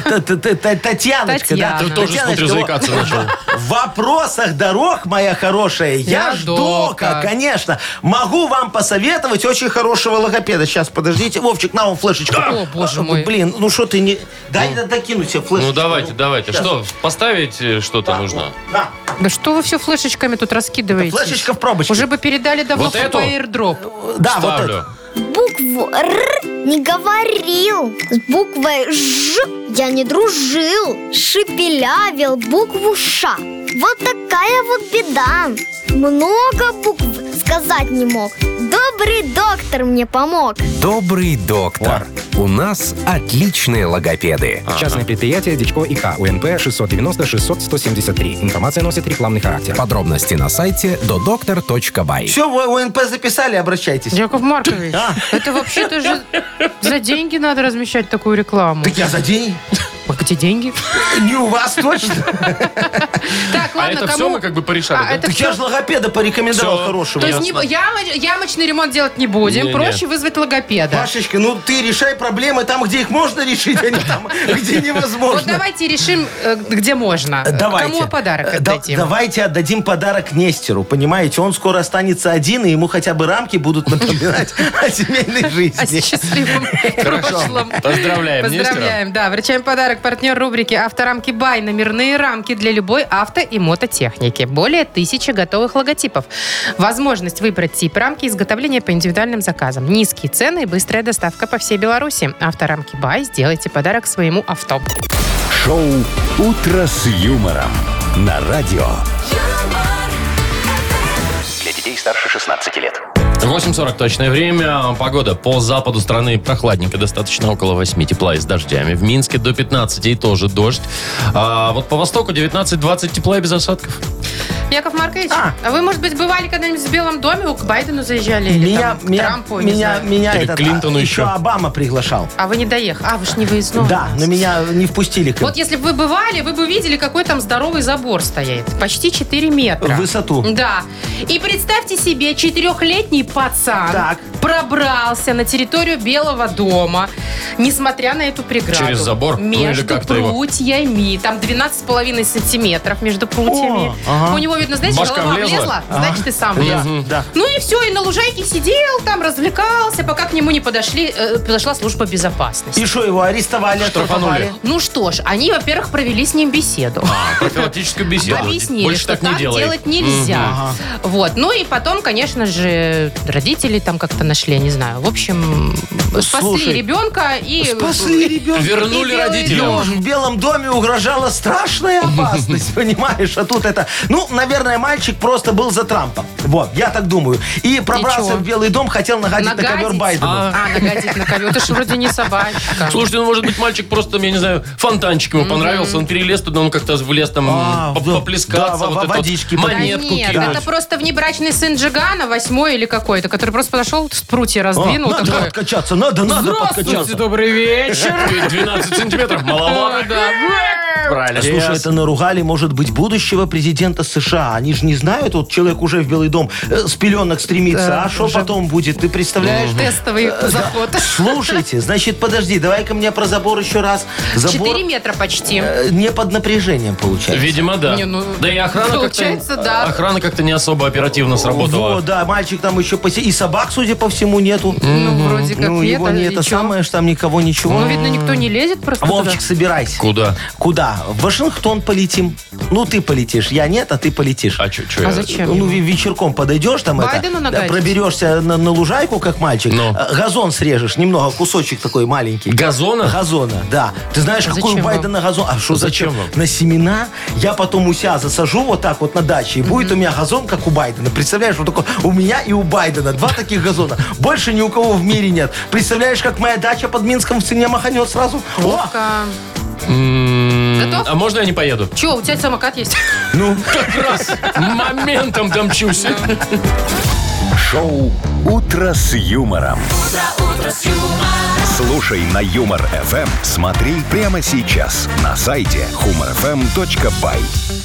Speaker 4: та- та- та- та- Татьяночка, да.
Speaker 3: Татьяна.
Speaker 2: Ты тоже,
Speaker 4: Татьяночка,
Speaker 2: смотрю,
Speaker 4: вот-
Speaker 2: заикаться начал.
Speaker 4: В вопросах дорог, моя хорошая, я,
Speaker 3: Я
Speaker 4: жду,
Speaker 3: дока.
Speaker 4: конечно. Могу вам посоветовать очень хорошего логопеда. Сейчас, подождите. Вовчик, на вам флешечку.
Speaker 3: О, боже
Speaker 4: А,
Speaker 3: мой.
Speaker 4: Блин, ну что ты не... Дай да, докину тебе
Speaker 2: Ну,
Speaker 4: флешечку.
Speaker 2: давайте, давайте.
Speaker 4: Щас.
Speaker 2: Что, поставить э, что-то
Speaker 4: Да,
Speaker 2: нужно?
Speaker 4: вот, да.
Speaker 3: Да что вы все флешечками тут раскидываете?
Speaker 4: Флешечка в пробочке.
Speaker 3: Уже бы передали давно
Speaker 2: Вот эту?
Speaker 3: по airdrop.
Speaker 4: Да, вот
Speaker 2: Ставлю.
Speaker 4: это.
Speaker 8: Букву Р не говорил. С буквой Ж я не дружил. Шепелявил букву Ш. Вот такая вот беда. Много букв сказать не мог. Добрый доктор мне помог.
Speaker 9: Добрый доктор. У нас отличные логопеды.
Speaker 10: Частное предприятие Дичко ИК УНП 690-600-173. Информация носит рекламный характер.
Speaker 9: Подробности на сайте dodoctor.by.
Speaker 4: Все, в ОНП записали, обращайтесь.
Speaker 3: Яков Маркович,
Speaker 4: А.
Speaker 3: это вообще-то же за деньги надо размещать такую рекламу.
Speaker 4: Так я за день.
Speaker 3: А где деньги?
Speaker 4: Не у вас точно.
Speaker 3: Так,
Speaker 2: А
Speaker 3: ладно,
Speaker 2: это все мы
Speaker 3: кому...
Speaker 2: как бы порешали,
Speaker 3: А,
Speaker 2: да?
Speaker 3: это
Speaker 4: Так я же логопеда порекомендовал
Speaker 2: Всё.
Speaker 4: хорошего.
Speaker 3: То есть не- ямо- ямочный ремонт делать не будем,
Speaker 2: Не-не.
Speaker 3: проще вызвать логопеда.
Speaker 4: Пашечка, ну ты решай проблемы там, где их можно решить, а не там, где
Speaker 3: Вот
Speaker 4: невозможно.
Speaker 3: давайте решим, э, где можно.
Speaker 4: Давайте.
Speaker 3: Кому подарок
Speaker 4: Э, да-
Speaker 3: отдадим?
Speaker 4: давайте отдадим подарок Нестеру, понимаете? Он скоро останется один, и ему хотя бы рамки будут напоминать о семейной
Speaker 3: О
Speaker 4: жизни.
Speaker 3: счастливом прошлом.
Speaker 2: Поздравляем
Speaker 3: Поздравляем, да. Вручаем подарок партнер рубрики «Авторамки Бай». Номерные рамки для любой авто и мототехники. Более тысячи готовых логотипов. Возможность выбрать тип рамки изготовления по индивидуальным заказам. Низкие цены и быстрая доставка по всей Беларуси. Авторамки Бай. Сделайте подарок своему авто.
Speaker 1: Шоу «Утро с юмором» на радио.
Speaker 5: Для детей старше 16 лет.
Speaker 2: 8.40 точное время. Погода по западу страны прохладненько, достаточно около 8 тепла и с дождями. В Минске до 15 и тоже дождь. А вот по востоку 19-20 тепла и без осадков.
Speaker 3: Яков Маркович,
Speaker 4: А.
Speaker 3: а, вы, может быть, бывали когда-нибудь в Белом доме, у к Байдену заезжали или
Speaker 4: Меня,
Speaker 3: там, к
Speaker 4: меня,
Speaker 3: Трампу, не
Speaker 4: меня,
Speaker 3: знаю.
Speaker 4: меня
Speaker 2: Или
Speaker 4: этот,
Speaker 2: Клинтону
Speaker 4: а,
Speaker 2: еще.
Speaker 4: Обама приглашал.
Speaker 3: А вы не доехали. А, вы ж не выездной.
Speaker 4: Да, но меня не впустили. к-
Speaker 3: Вот если бы вы бывали, вы бы видели, какой там здоровый забор стоит. Почти 4 метра.
Speaker 4: В высоту.
Speaker 3: Да. И представьте себе, четырехлетний пацан
Speaker 4: Так.
Speaker 3: пробрался на территорию Белого дома, несмотря на эту преграду.
Speaker 2: Через забор? Ну, или
Speaker 3: Между
Speaker 2: как-то его?
Speaker 3: прутьями. Там 12,5 сантиметров между прутьями.
Speaker 4: О, ага.
Speaker 3: У него, видно, знаете,
Speaker 2: Башка
Speaker 3: голова
Speaker 2: влезла?
Speaker 3: влезла, значит, ты сам влез.
Speaker 4: Да, да.
Speaker 3: Ну и все, и на лужайке сидел там, развлекался, пока к нему не подошли, э, подошла служба безопасности.
Speaker 4: И что, его арестовали?
Speaker 2: Штрафанули.
Speaker 4: оштрафовали?
Speaker 3: Ну что ж, они, во-первых, провели с ним беседу.
Speaker 2: Профилактическую беседу.
Speaker 3: Объяснили,
Speaker 2: Больше
Speaker 3: что
Speaker 2: так не делай.
Speaker 3: делать нельзя. Вот. Ну и потом, конечно же, родители там как-то нашли, не знаю. В общем, спасли
Speaker 4: Слушай,
Speaker 3: ребенка и...
Speaker 4: Спасли ребенка.
Speaker 2: Вернули
Speaker 3: И белые
Speaker 2: родителям.
Speaker 4: Ёж, В Белом доме угрожала страшная опасность, понимаешь? А тут это... Ну, наверное, мальчик просто был за Трампом. Вот, я так думаю. И пробрался
Speaker 3: чё?
Speaker 4: в Белый дом, хотел нагадить на ковер
Speaker 3: Нагадить?
Speaker 4: Байдена.
Speaker 3: А, нагадить на ковер. Это ж вроде не собачка.
Speaker 2: Слушайте, ну, может быть, мальчик просто, там, я не знаю, фонтанчик ему понравился, он перелез туда, он как-то влез там
Speaker 4: А,
Speaker 2: поп-
Speaker 4: да, да,
Speaker 2: поплескаться,
Speaker 4: во-
Speaker 2: вот это вот,
Speaker 4: водички
Speaker 3: Да
Speaker 2: монетку
Speaker 3: нет, это
Speaker 2: кинуть.
Speaker 3: просто внебрачный сын Джигана, восьмой или какой-то, который просто подошел, с прутья раздвинул.
Speaker 4: надо
Speaker 3: такой,
Speaker 4: откачаться, надо, надо
Speaker 3: Здравствуйте,
Speaker 4: подкачаться.
Speaker 3: добрый вечер.
Speaker 2: 12 сантиметров, маловато.
Speaker 3: Да.
Speaker 2: Правильно.
Speaker 4: Слушай, это наругали, может быть, будущего президента США. Они же не знают, вот человек уже в Белый дом э, с пеленок стремится.
Speaker 3: Да,
Speaker 4: а что
Speaker 3: уже.
Speaker 4: потом будет, ты представляешь?
Speaker 3: Тестовый
Speaker 4: Э, да.
Speaker 3: заход.
Speaker 4: Слушайте, значит, подожди, давай-ка мне про забор еще раз. Забор
Speaker 3: 4 метра почти.
Speaker 4: э, не под напряжением получается.
Speaker 2: Видимо, да.
Speaker 3: Не, ну,
Speaker 2: да и охрана
Speaker 3: получается,
Speaker 2: как-то,
Speaker 3: да.
Speaker 2: охрана как-то не особо оперативно сработала.
Speaker 4: Во, да, мальчик там еще посе... И собак, судя по всему, нету.
Speaker 3: Ну, вроде как
Speaker 4: Ну,
Speaker 3: нет,
Speaker 4: его
Speaker 3: а
Speaker 4: не
Speaker 3: и
Speaker 4: это
Speaker 3: чё?
Speaker 4: самое, что там никого, ничего.
Speaker 3: Ну, видно, никто не лезет просто туда.
Speaker 4: Вовчик, собирайся.
Speaker 2: Куда?
Speaker 4: Куда? В Вашингтон полетим. Ну, ты полетишь. Я нет, а ты полетишь.
Speaker 2: А что,
Speaker 3: А
Speaker 2: я?
Speaker 3: зачем?
Speaker 4: Ну, ве- вечерком подойдешь там
Speaker 3: Байдену
Speaker 4: это, да,
Speaker 3: нагадить?
Speaker 4: проберешься на, на лужайку, как мальчик,
Speaker 2: Ну.
Speaker 4: э, газон срежешь, немного, кусочек такой маленький.
Speaker 2: Газона?
Speaker 4: Газона, да. Ты знаешь,
Speaker 3: А
Speaker 4: какой
Speaker 3: зачем
Speaker 4: у Байдена газон? А что
Speaker 2: Ну, Зачем
Speaker 4: зачем?
Speaker 2: вам?
Speaker 4: На семена я потом у себя засажу вот так вот на даче, и будет у меня газон, как у Байдена. Представляешь, вот такой у меня и у Байдена. Два таких газона. Больше ни у кого в мире нет. Представляешь, как моя дача под Минском в цене маханет сразу? О,
Speaker 3: Вовка.
Speaker 2: М,
Speaker 3: Готов?
Speaker 2: А можно я не поеду?
Speaker 3: Че, у тебя самокат есть?
Speaker 4: ну,
Speaker 2: Как раз моментом домчусь.
Speaker 1: Шоу «Утро с юмором». Слушай на Юмор ФМ, смотри прямо сейчас на сайте эм humorfm.by.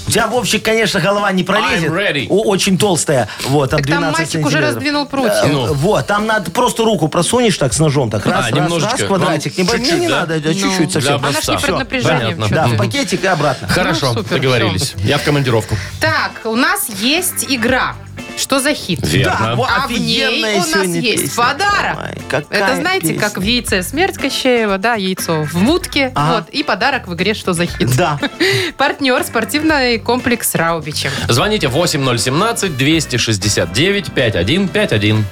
Speaker 4: у тебя, Вовчик, конечно, голова не пролезет.
Speaker 2: I'm ready.
Speaker 4: О, очень толстая. Вот, там
Speaker 3: Так там
Speaker 4: 12
Speaker 3: мальчик уже
Speaker 4: сантиметров. Э,
Speaker 3: раздвинул прутья.
Speaker 2: Ну.
Speaker 4: Вот, там надо просто руку просунешь так с ножом, так раз, раз,
Speaker 2: А, немножечко.
Speaker 4: раз, квадратик.
Speaker 2: Ну,
Speaker 4: Не,
Speaker 2: чуть-чуть,
Speaker 4: мне не
Speaker 2: да? Ну,
Speaker 4: надо, да,
Speaker 3: Ну,
Speaker 4: чуть-чуть совсем.
Speaker 2: Для
Speaker 3: Она ж не
Speaker 2: образца.
Speaker 3: под напряжением.
Speaker 2: Понятно.
Speaker 3: чё
Speaker 4: Да,
Speaker 3: ты.
Speaker 4: в пакетик и обратно.
Speaker 2: Хорошо,
Speaker 3: Ну, супер,
Speaker 2: договорились. Я в командировку.
Speaker 3: Так, у нас есть игра. Что за хит?
Speaker 4: Да,
Speaker 2: Верно.
Speaker 4: вот
Speaker 3: А в ней
Speaker 4: офигенная
Speaker 3: у нас
Speaker 4: сегодня
Speaker 3: есть
Speaker 4: песня.
Speaker 3: подарок.
Speaker 4: Ой, какая
Speaker 3: Это знаете,
Speaker 4: песня. А.
Speaker 3: как в яйце смерть Кощеева, да, яйцо в мутке,
Speaker 4: Ага.
Speaker 3: вот, и подарок в игре «Что за хит?».
Speaker 4: Да.
Speaker 3: Партнер спортивный комплекс «Раубичи».
Speaker 2: Звоните 8017-269-5151.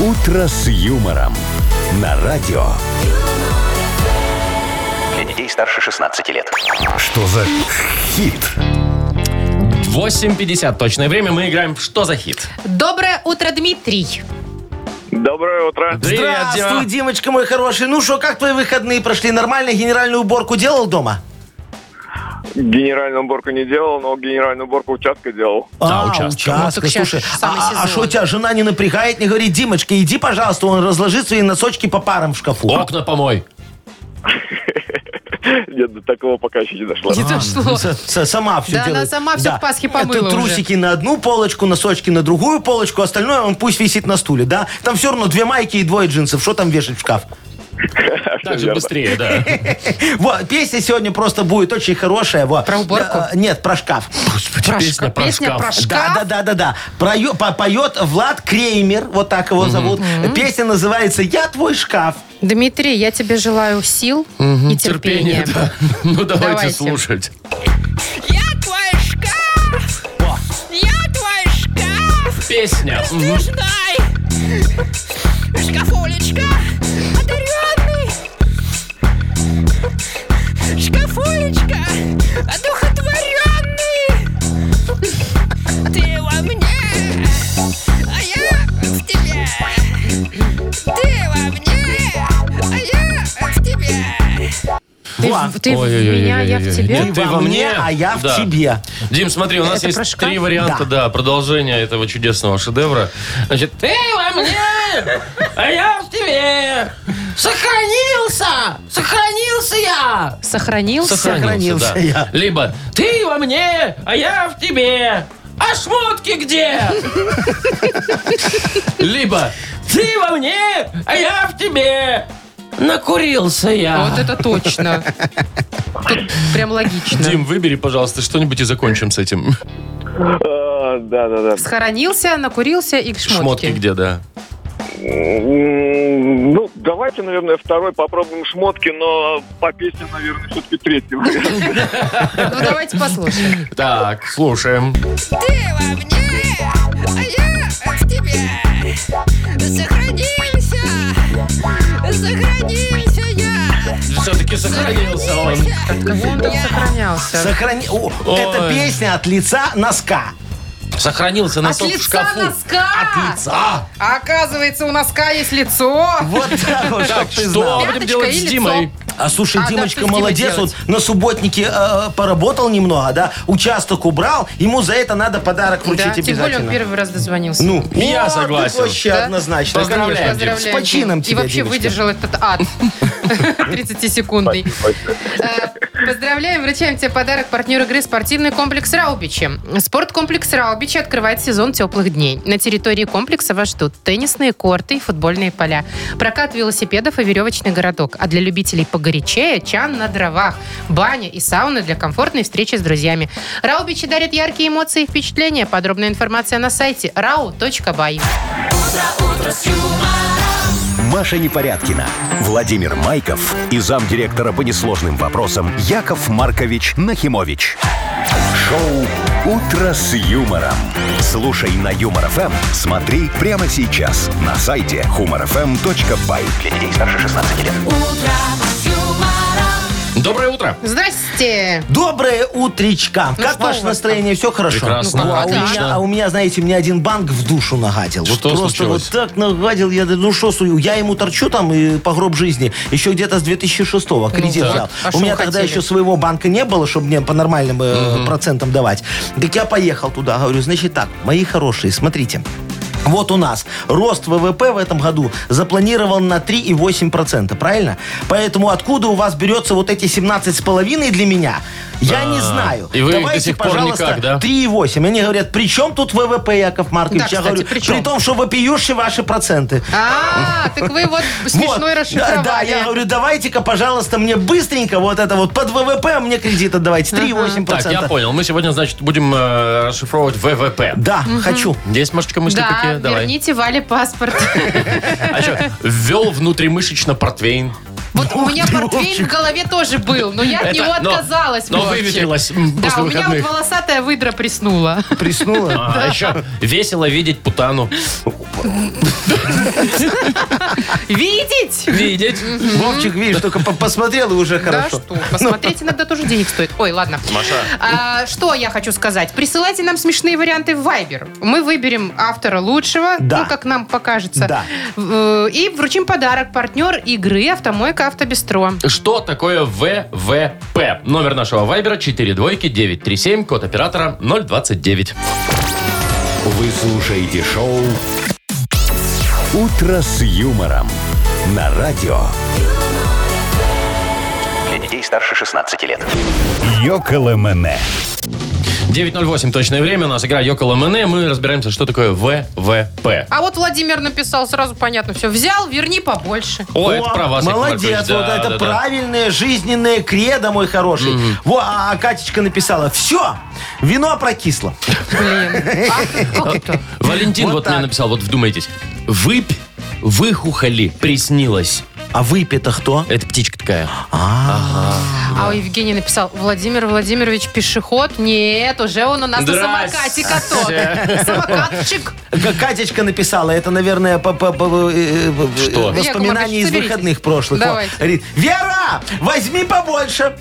Speaker 1: «Утро с юмором» на радио.
Speaker 5: Для детей старше 16 лет.
Speaker 1: Что за хит?
Speaker 2: 8.50 точное время. Мы играем в «Что за хит?».
Speaker 3: Доброе утро, Дмитрий.
Speaker 6: Доброе утро.
Speaker 2: Привет,
Speaker 4: Здравствуй,
Speaker 2: Дима.
Speaker 4: Димочка, мой хороший. Ну что, как твои выходные прошли? Нормально генеральную уборку делал дома?
Speaker 6: Генеральную уборку не делал, но генеральную уборку участка делал.
Speaker 2: Да, участка.
Speaker 4: участка.
Speaker 3: Ну, так щас
Speaker 4: Слушай,
Speaker 3: самый
Speaker 4: а а
Speaker 3: сезон.
Speaker 4: что тебя жена не напрягает, не говорит, Димочка, иди, пожалуйста, он разложит свои носочки по парам в шкафу.
Speaker 2: Окна помой.
Speaker 6: Нет, до такого пока еще не дошло.
Speaker 3: Не дошло.
Speaker 4: С- с- Сама все
Speaker 3: Да, она
Speaker 4: делает.
Speaker 3: сама всё к Пасхе помыла
Speaker 4: Это
Speaker 3: уже.
Speaker 4: трусики на одну полочку, носочки на другую полочку, остальное он пусть висит на стуле, да? Там все равно две майки и двое джинсов. Что там вешать в шкаф?
Speaker 2: Так же быстрее, да.
Speaker 4: Вот, песня сегодня просто будет очень хорошая. вот.
Speaker 3: Про уборку?
Speaker 4: Э, э, Нет, про шкаф.
Speaker 3: Про
Speaker 2: Песня
Speaker 3: шка-
Speaker 2: про
Speaker 3: Песня
Speaker 2: шкаф.
Speaker 3: про
Speaker 4: Да, да,
Speaker 3: шкаф.
Speaker 4: да, да, да. Прою- по- поет Влад Креймер, вот так его зовут. Песня называется «Я твой шкаф».
Speaker 3: Дмитрий, я тебе желаю сил и терпения.
Speaker 2: да. Ну, давайте
Speaker 3: Давайте.
Speaker 2: слушать.
Speaker 11: Я твой шкаф! Я твой шкаф!
Speaker 2: Песня. Мгм.
Speaker 11: Престижной! Шкафулечка! Одаренный! Шкафулечка! Одухотворенный! Ты во мне, а я в тебе! Ты во мне, а я в тебе!
Speaker 3: Ты,
Speaker 4: Во.
Speaker 3: в- ты в
Speaker 2: Ой-ой-ой-ой-ой-ой.
Speaker 3: меня, я в тебе.
Speaker 2: Нет, ты во мне,
Speaker 4: а я
Speaker 2: да.
Speaker 4: в тебе.
Speaker 2: Дим, смотри, у нас
Speaker 3: Это
Speaker 2: есть
Speaker 3: про шкаф?
Speaker 2: три варианта, да. продолжения этого чудесного шедевра. Значит, ты во мне, а я в тебе. Сохранился! Сохранился я! Сохранился,
Speaker 3: Сохранился?
Speaker 4: Сохранился
Speaker 2: да.
Speaker 4: я.
Speaker 2: Либо ты во мне, а я в тебе. А шмотки где? Либо ты во мне, а я в тебе. Накурился я.
Speaker 3: Вот это точно. Тут прям логично.
Speaker 2: Дим, выбери, пожалуйста, что-нибудь и закончим с этим.
Speaker 6: А, Да-да-да.
Speaker 3: Схоронился, накурился и к
Speaker 2: Шмотки
Speaker 3: шмотке.
Speaker 2: где, да.
Speaker 6: М, Ну, давайте, наверное, второй попробуем шмотки, но по песне, наверное, все-таки третий. вариант.
Speaker 3: Ну, давайте послушаем.
Speaker 2: Так, слушаем.
Speaker 11: Ты во мне, а я в тебе. Сохранился! Сохранился я!
Speaker 2: Все-таки сохранился он.
Speaker 3: От кого он так сохранялся?
Speaker 4: Сохрани... О, это песня от лица носка.
Speaker 2: Сохранился
Speaker 3: От
Speaker 2: носок в
Speaker 3: лица
Speaker 2: шкафу.
Speaker 3: носка!
Speaker 4: От лица.
Speaker 3: А Оказывается, у носка есть лицо.
Speaker 4: Вот так вот, чтоб
Speaker 2: Так,
Speaker 4: ты
Speaker 2: что
Speaker 4: знал.
Speaker 2: будем
Speaker 3: Пяточка
Speaker 2: делать
Speaker 3: и
Speaker 2: с
Speaker 3: лицо.
Speaker 2: Димой?
Speaker 4: А слушай,
Speaker 3: А, да,
Speaker 4: Димочка
Speaker 3: что с Димой
Speaker 4: молодец,
Speaker 3: делать?
Speaker 4: вот на субботнике э, поработал немного, да, участок убрал, ему за это надо подарок вручить
Speaker 3: Да, тем более он
Speaker 4: обязательно.
Speaker 3: первый раз дозвонился.
Speaker 4: Ну,
Speaker 2: Я
Speaker 4: вот, так
Speaker 2: согласен.
Speaker 4: Вообще
Speaker 3: Да?
Speaker 4: однозначно.
Speaker 2: Поздравляем,
Speaker 4: Конечно.
Speaker 3: Поздравляем.
Speaker 4: С почином
Speaker 3: И
Speaker 4: тебя,
Speaker 3: вообще
Speaker 4: Димочка.
Speaker 3: выдержал этот ад 30-секундный. Э, Поздравляем, вручаем тебе подарок партнер игры «Спортивный комплекс Раубичи». Спорткомплекс Раубичи открывает сезон теплых дней. На территории комплекса вас ждут теннисные корты и футбольные поля, прокат велосипедов и веревочный городок. А для любителей погорячее – чан на дровах, баня и сауна для комфортной встречи с друзьями. Раубичи дарит яркие эмоции и впечатления. Подробная информация на сайте rau.by.
Speaker 1: Маша Непорядкина, Владимир Майков и замдиректора по несложным вопросам Яков Маркович Нахимович. Шоу «Утро с юмором». Слушай на Юмор ФМ, смотри прямо сейчас на сайте humorfm.by. Для детей старше 16 лет.
Speaker 2: Доброе утро.
Speaker 3: Здрасте!
Speaker 4: Доброе утречко.
Speaker 3: Ну
Speaker 4: как
Speaker 3: что у
Speaker 4: ваше
Speaker 3: вас
Speaker 4: настроение? Все хорошо?
Speaker 2: Прекрасно,
Speaker 4: Ну, а, у
Speaker 2: отлично.
Speaker 4: меня, а у меня, знаете, мне один банк в душу нагадил.
Speaker 2: Что
Speaker 4: вот просто
Speaker 2: случилось?
Speaker 4: вот так нагадил. Я говорю, ну что, сую, я ему торчу там и по гроб жизни. Еще где-то с 2006-го кредит
Speaker 3: так.
Speaker 4: взял.
Speaker 3: А
Speaker 4: у
Speaker 3: что
Speaker 4: меня
Speaker 3: вы
Speaker 4: тогда
Speaker 3: хотели?
Speaker 4: еще своего банка не было, чтобы мне по нормальным э, процентам давать. Так я поехал туда. Говорю, значит так, мои хорошие, смотрите. Вот у нас рост ВВП в этом году запланирован на 3,8%, правильно? Поэтому откуда у вас берется вот эти 17,5 для меня, я не знаю.
Speaker 2: и вы их до
Speaker 4: Давайте,
Speaker 2: сих пор
Speaker 4: пожалуйста,
Speaker 2: никак, да?
Speaker 4: 3,8. Они говорят, при чем тут ВВП, Яков Маркович?
Speaker 3: Да,
Speaker 4: я
Speaker 3: кстати,
Speaker 4: говорю,
Speaker 3: при чем?
Speaker 4: том, что вопиющие ваши проценты.
Speaker 3: А, так вы вот
Speaker 4: Вот.
Speaker 3: смешной
Speaker 4: Да, да, я
Speaker 3: расшифровали.
Speaker 4: говорю, давайте-ка, пожалуйста, мне быстренько вот это вот под ВВП мне кредит отдавайте. 3,8%.
Speaker 2: Так, я понял. Мы сегодня, значит, будем э, расшифровывать ВВП.
Speaker 4: Да, хочу.
Speaker 2: Есть, Машечка, мысли
Speaker 3: Да,
Speaker 2: какие? Давай.
Speaker 3: верните Вале паспорт.
Speaker 2: А еще, ввел внутримышечно портвейн.
Speaker 3: Вот у меня портфель в голове тоже был, но я от
Speaker 2: Это-
Speaker 3: него
Speaker 2: но-
Speaker 3: отказалась.
Speaker 2: но
Speaker 3: Вовчик.
Speaker 2: выветрилась, м,
Speaker 3: Да,
Speaker 2: после
Speaker 3: у меня вот
Speaker 2: выходных.
Speaker 3: волосатая выдра приснула.
Speaker 4: Приснула?
Speaker 2: А еще весело видеть путану.
Speaker 3: Видеть?
Speaker 2: Видеть.
Speaker 4: Вовчик, видишь, только по- посмотрел и уже
Speaker 3: Да
Speaker 4: хорошо.
Speaker 3: что, посмотреть иногда тоже денег стоит. Ой, ладно. А, что я хочу сказать? Присылайте нам смешные варианты в Viber. Мы выберем автора лучшего,
Speaker 4: Да.
Speaker 3: ну, как нам покажется.
Speaker 4: Да.
Speaker 3: В- э, И вручим подарок. Партнер игры «Автомойка Автобестро».
Speaker 2: Что такое ВВП? Номер нашего вайбера 4 двойки 937, код оператора 029.
Speaker 1: Вы слушаете шоу «Утро с юмором» на радио
Speaker 5: Для детей старше 16 лет.
Speaker 1: «Йоколэмэне».
Speaker 2: 9.08 точное время, у нас игра Йокола Мене, мы разбираемся, что такое ВВП.
Speaker 3: А вот Владимир написал, сразу понятно все. Взял, верни побольше.
Speaker 2: О,
Speaker 4: Во,
Speaker 2: это про вас, Яков
Speaker 4: Молодец,
Speaker 2: Маркович, да,
Speaker 4: вот это
Speaker 2: да, да.
Speaker 4: правильное жизненное кредо, мой хороший. Во, а а Катечка написала, все, вино прокисло.
Speaker 3: Блин. А, как это?
Speaker 2: Валентин вот,
Speaker 4: Вот
Speaker 2: мне
Speaker 4: так.
Speaker 2: написал, вот вдумайтесь. Выпь, выхухоли, приснилось.
Speaker 4: А выпито кто?
Speaker 2: Это птичка такая.
Speaker 3: А у Евгения написал, Владимир Владимирович пешеход? Нет, уже он у нас на
Speaker 2: Здрасте.
Speaker 3: самокате каток. Самокатчик.
Speaker 4: К- Катечка написала, это, наверное, по, по- по- э, э,
Speaker 2: Что?
Speaker 3: Яков
Speaker 4: воспоминания
Speaker 3: Маркович,
Speaker 4: из
Speaker 3: соберитесь.
Speaker 4: выходных прошлых. Во,
Speaker 3: Давайте.
Speaker 4: Говорит, Вера, возьми побольше.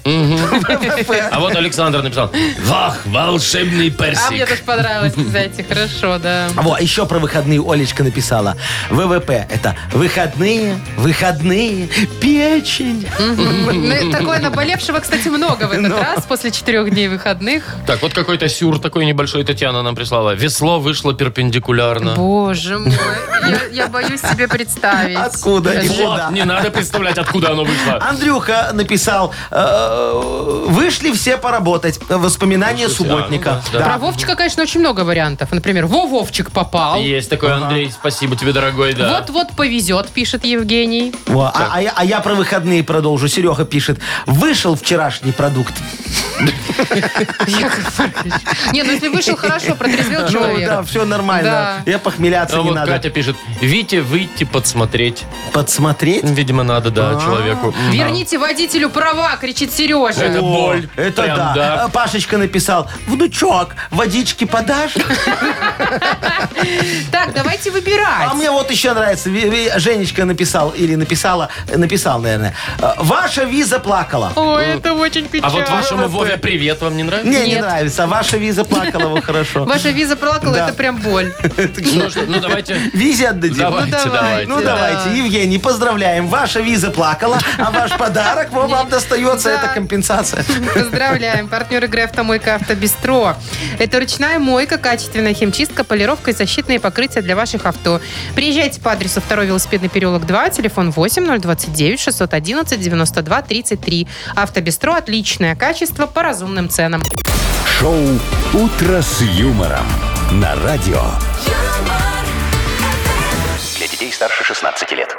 Speaker 2: А вот Александр написал, вах, волшебный
Speaker 3: А мне тоже
Speaker 2: персик.
Speaker 3: понравилось, кстати. Хорошо, да.
Speaker 4: Во, еще про выходные Олечка написала. ВВП – это выходные, выходные, печень.
Speaker 3: Ну, Такое наболевшего, кстати, много в этот раз после четырех дней выходных.
Speaker 2: Так, вот какой-то сюр такой небольшой Татьяна нам прислала. Весло вышло перпендикулярно.
Speaker 3: Боже мой, я- я боюсь себе представить. Э,
Speaker 4: Откуда?
Speaker 3: Это же-
Speaker 4: Вот.
Speaker 2: Вот, не надо представлять, откуда оно вышло.
Speaker 4: Андрюха написал, э, вышли все поработать. Воспоминания субботника.
Speaker 2: А, ну да, да.
Speaker 3: Про Вовчика, конечно, очень много вариантов. Например, во Вовчик попал.
Speaker 2: Есть такой, Андрей, спасибо тебе, дорогой, да.
Speaker 3: Вот-вот повезет, пишет Евгений.
Speaker 4: Во, а, а я, а я про выходные продолжу. Серега пишет, вышел вчерашний продукт.
Speaker 3: Яков Маркович. Не, ну если вышел хорошо, протрезвел
Speaker 4: Ну
Speaker 3: человек.
Speaker 4: да, все нормально.
Speaker 3: Да.
Speaker 4: Я похмеляться
Speaker 2: А
Speaker 4: не
Speaker 2: вот
Speaker 4: надо.
Speaker 2: Катя пишет, Вите выйти подсмотреть.
Speaker 4: Подсмотреть?
Speaker 2: Видимо, надо,
Speaker 3: А.
Speaker 2: да, человеку. М.
Speaker 3: Верните водителю права, кричит Сережа.
Speaker 2: Это боль.
Speaker 4: Это
Speaker 2: Прям,
Speaker 4: да.
Speaker 2: да.
Speaker 4: А Пашечка написал, внучок, водички подашь?
Speaker 3: Так, давайте выбирать.
Speaker 4: А мне вот еще нравится, Ви- Ви- Женечка написал, или написала, э, написал, наверное, э, ваша виза плакала.
Speaker 3: Ой, это очень печально.
Speaker 2: А вот вашему Вове привет вам не нравится?
Speaker 4: Мне не нравится, ваша виза плакала, вот хорошо.
Speaker 3: Ваша виза пролакала, это прям боль.
Speaker 2: Ну, что, ну, давайте...
Speaker 4: Визе отдадим.
Speaker 2: Давайте,
Speaker 3: давайте,
Speaker 2: давайте.
Speaker 4: Ну
Speaker 3: да.
Speaker 4: давайте, Евгений, поздравляем. Ваша виза плакала, а ваш подарок вам вам достается.
Speaker 3: Да.
Speaker 4: Это компенсация.
Speaker 3: Поздравляем. Партнер игры «Автомойка Автобестро». Это ручная мойка, качественная химчистка, полировка и защитные покрытия для ваших авто. Приезжайте по адресу 2 велосипедный переулок 2, телефон 8 029 611 92 33. «Автобестро» – отличное качество по разумным ценам.
Speaker 1: Шоу «Утро с юмором» на радио.
Speaker 5: Для детей старше 16 лет.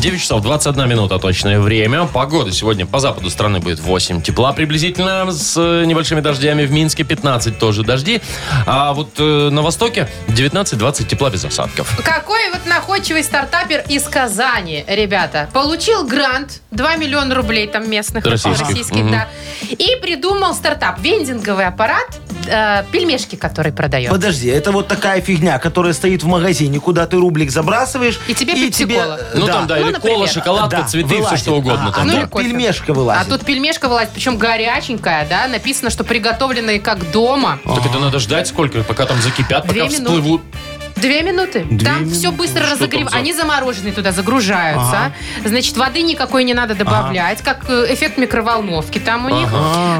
Speaker 2: 9 часов 21 минута точное время. Погода сегодня по западу страны будет 8 тепла приблизительно с э, небольшими дождями. В Минске 15 тоже дожди. А вот э, на востоке 19-20 тепла без осадков.
Speaker 3: Какой вот находчивый стартапер из Казани, ребята, получил грант 2 миллиона рублей там местных
Speaker 2: Российских. Мгм.
Speaker 3: да, и придумал стартап вендинговый аппарат э, пельмешки, который продает.
Speaker 4: Подожди, это вот такая фигня, которая стоит в магазине, куда ты рублик забрасываешь.
Speaker 3: И тебе
Speaker 4: тебе,
Speaker 3: пепси-кола.
Speaker 4: э,
Speaker 2: Ну там, да,
Speaker 3: Ну,
Speaker 2: или
Speaker 3: например.
Speaker 2: кола, шоколадка,
Speaker 4: Да,
Speaker 2: цветы, все
Speaker 4: вылазит.
Speaker 2: что угодно.
Speaker 4: А,
Speaker 2: там,
Speaker 4: а
Speaker 2: да.
Speaker 3: Ну,
Speaker 4: тут пельмешка вылазит.
Speaker 3: А тут пельмешка вылазит, причем горяченькая, да, написано, что приготовленные как дома.
Speaker 4: ну
Speaker 2: Так это надо ждать сколько, пока там закипят,
Speaker 3: Две
Speaker 2: пока
Speaker 3: минуты.
Speaker 2: всплывут.
Speaker 3: Две минуты. там все быстро
Speaker 2: Что там
Speaker 3: разогревают.
Speaker 2: за-
Speaker 3: Они замороженные туда загружаются. Значит, воды никакой не надо добавлять, как э, эффект микроволновки там у них.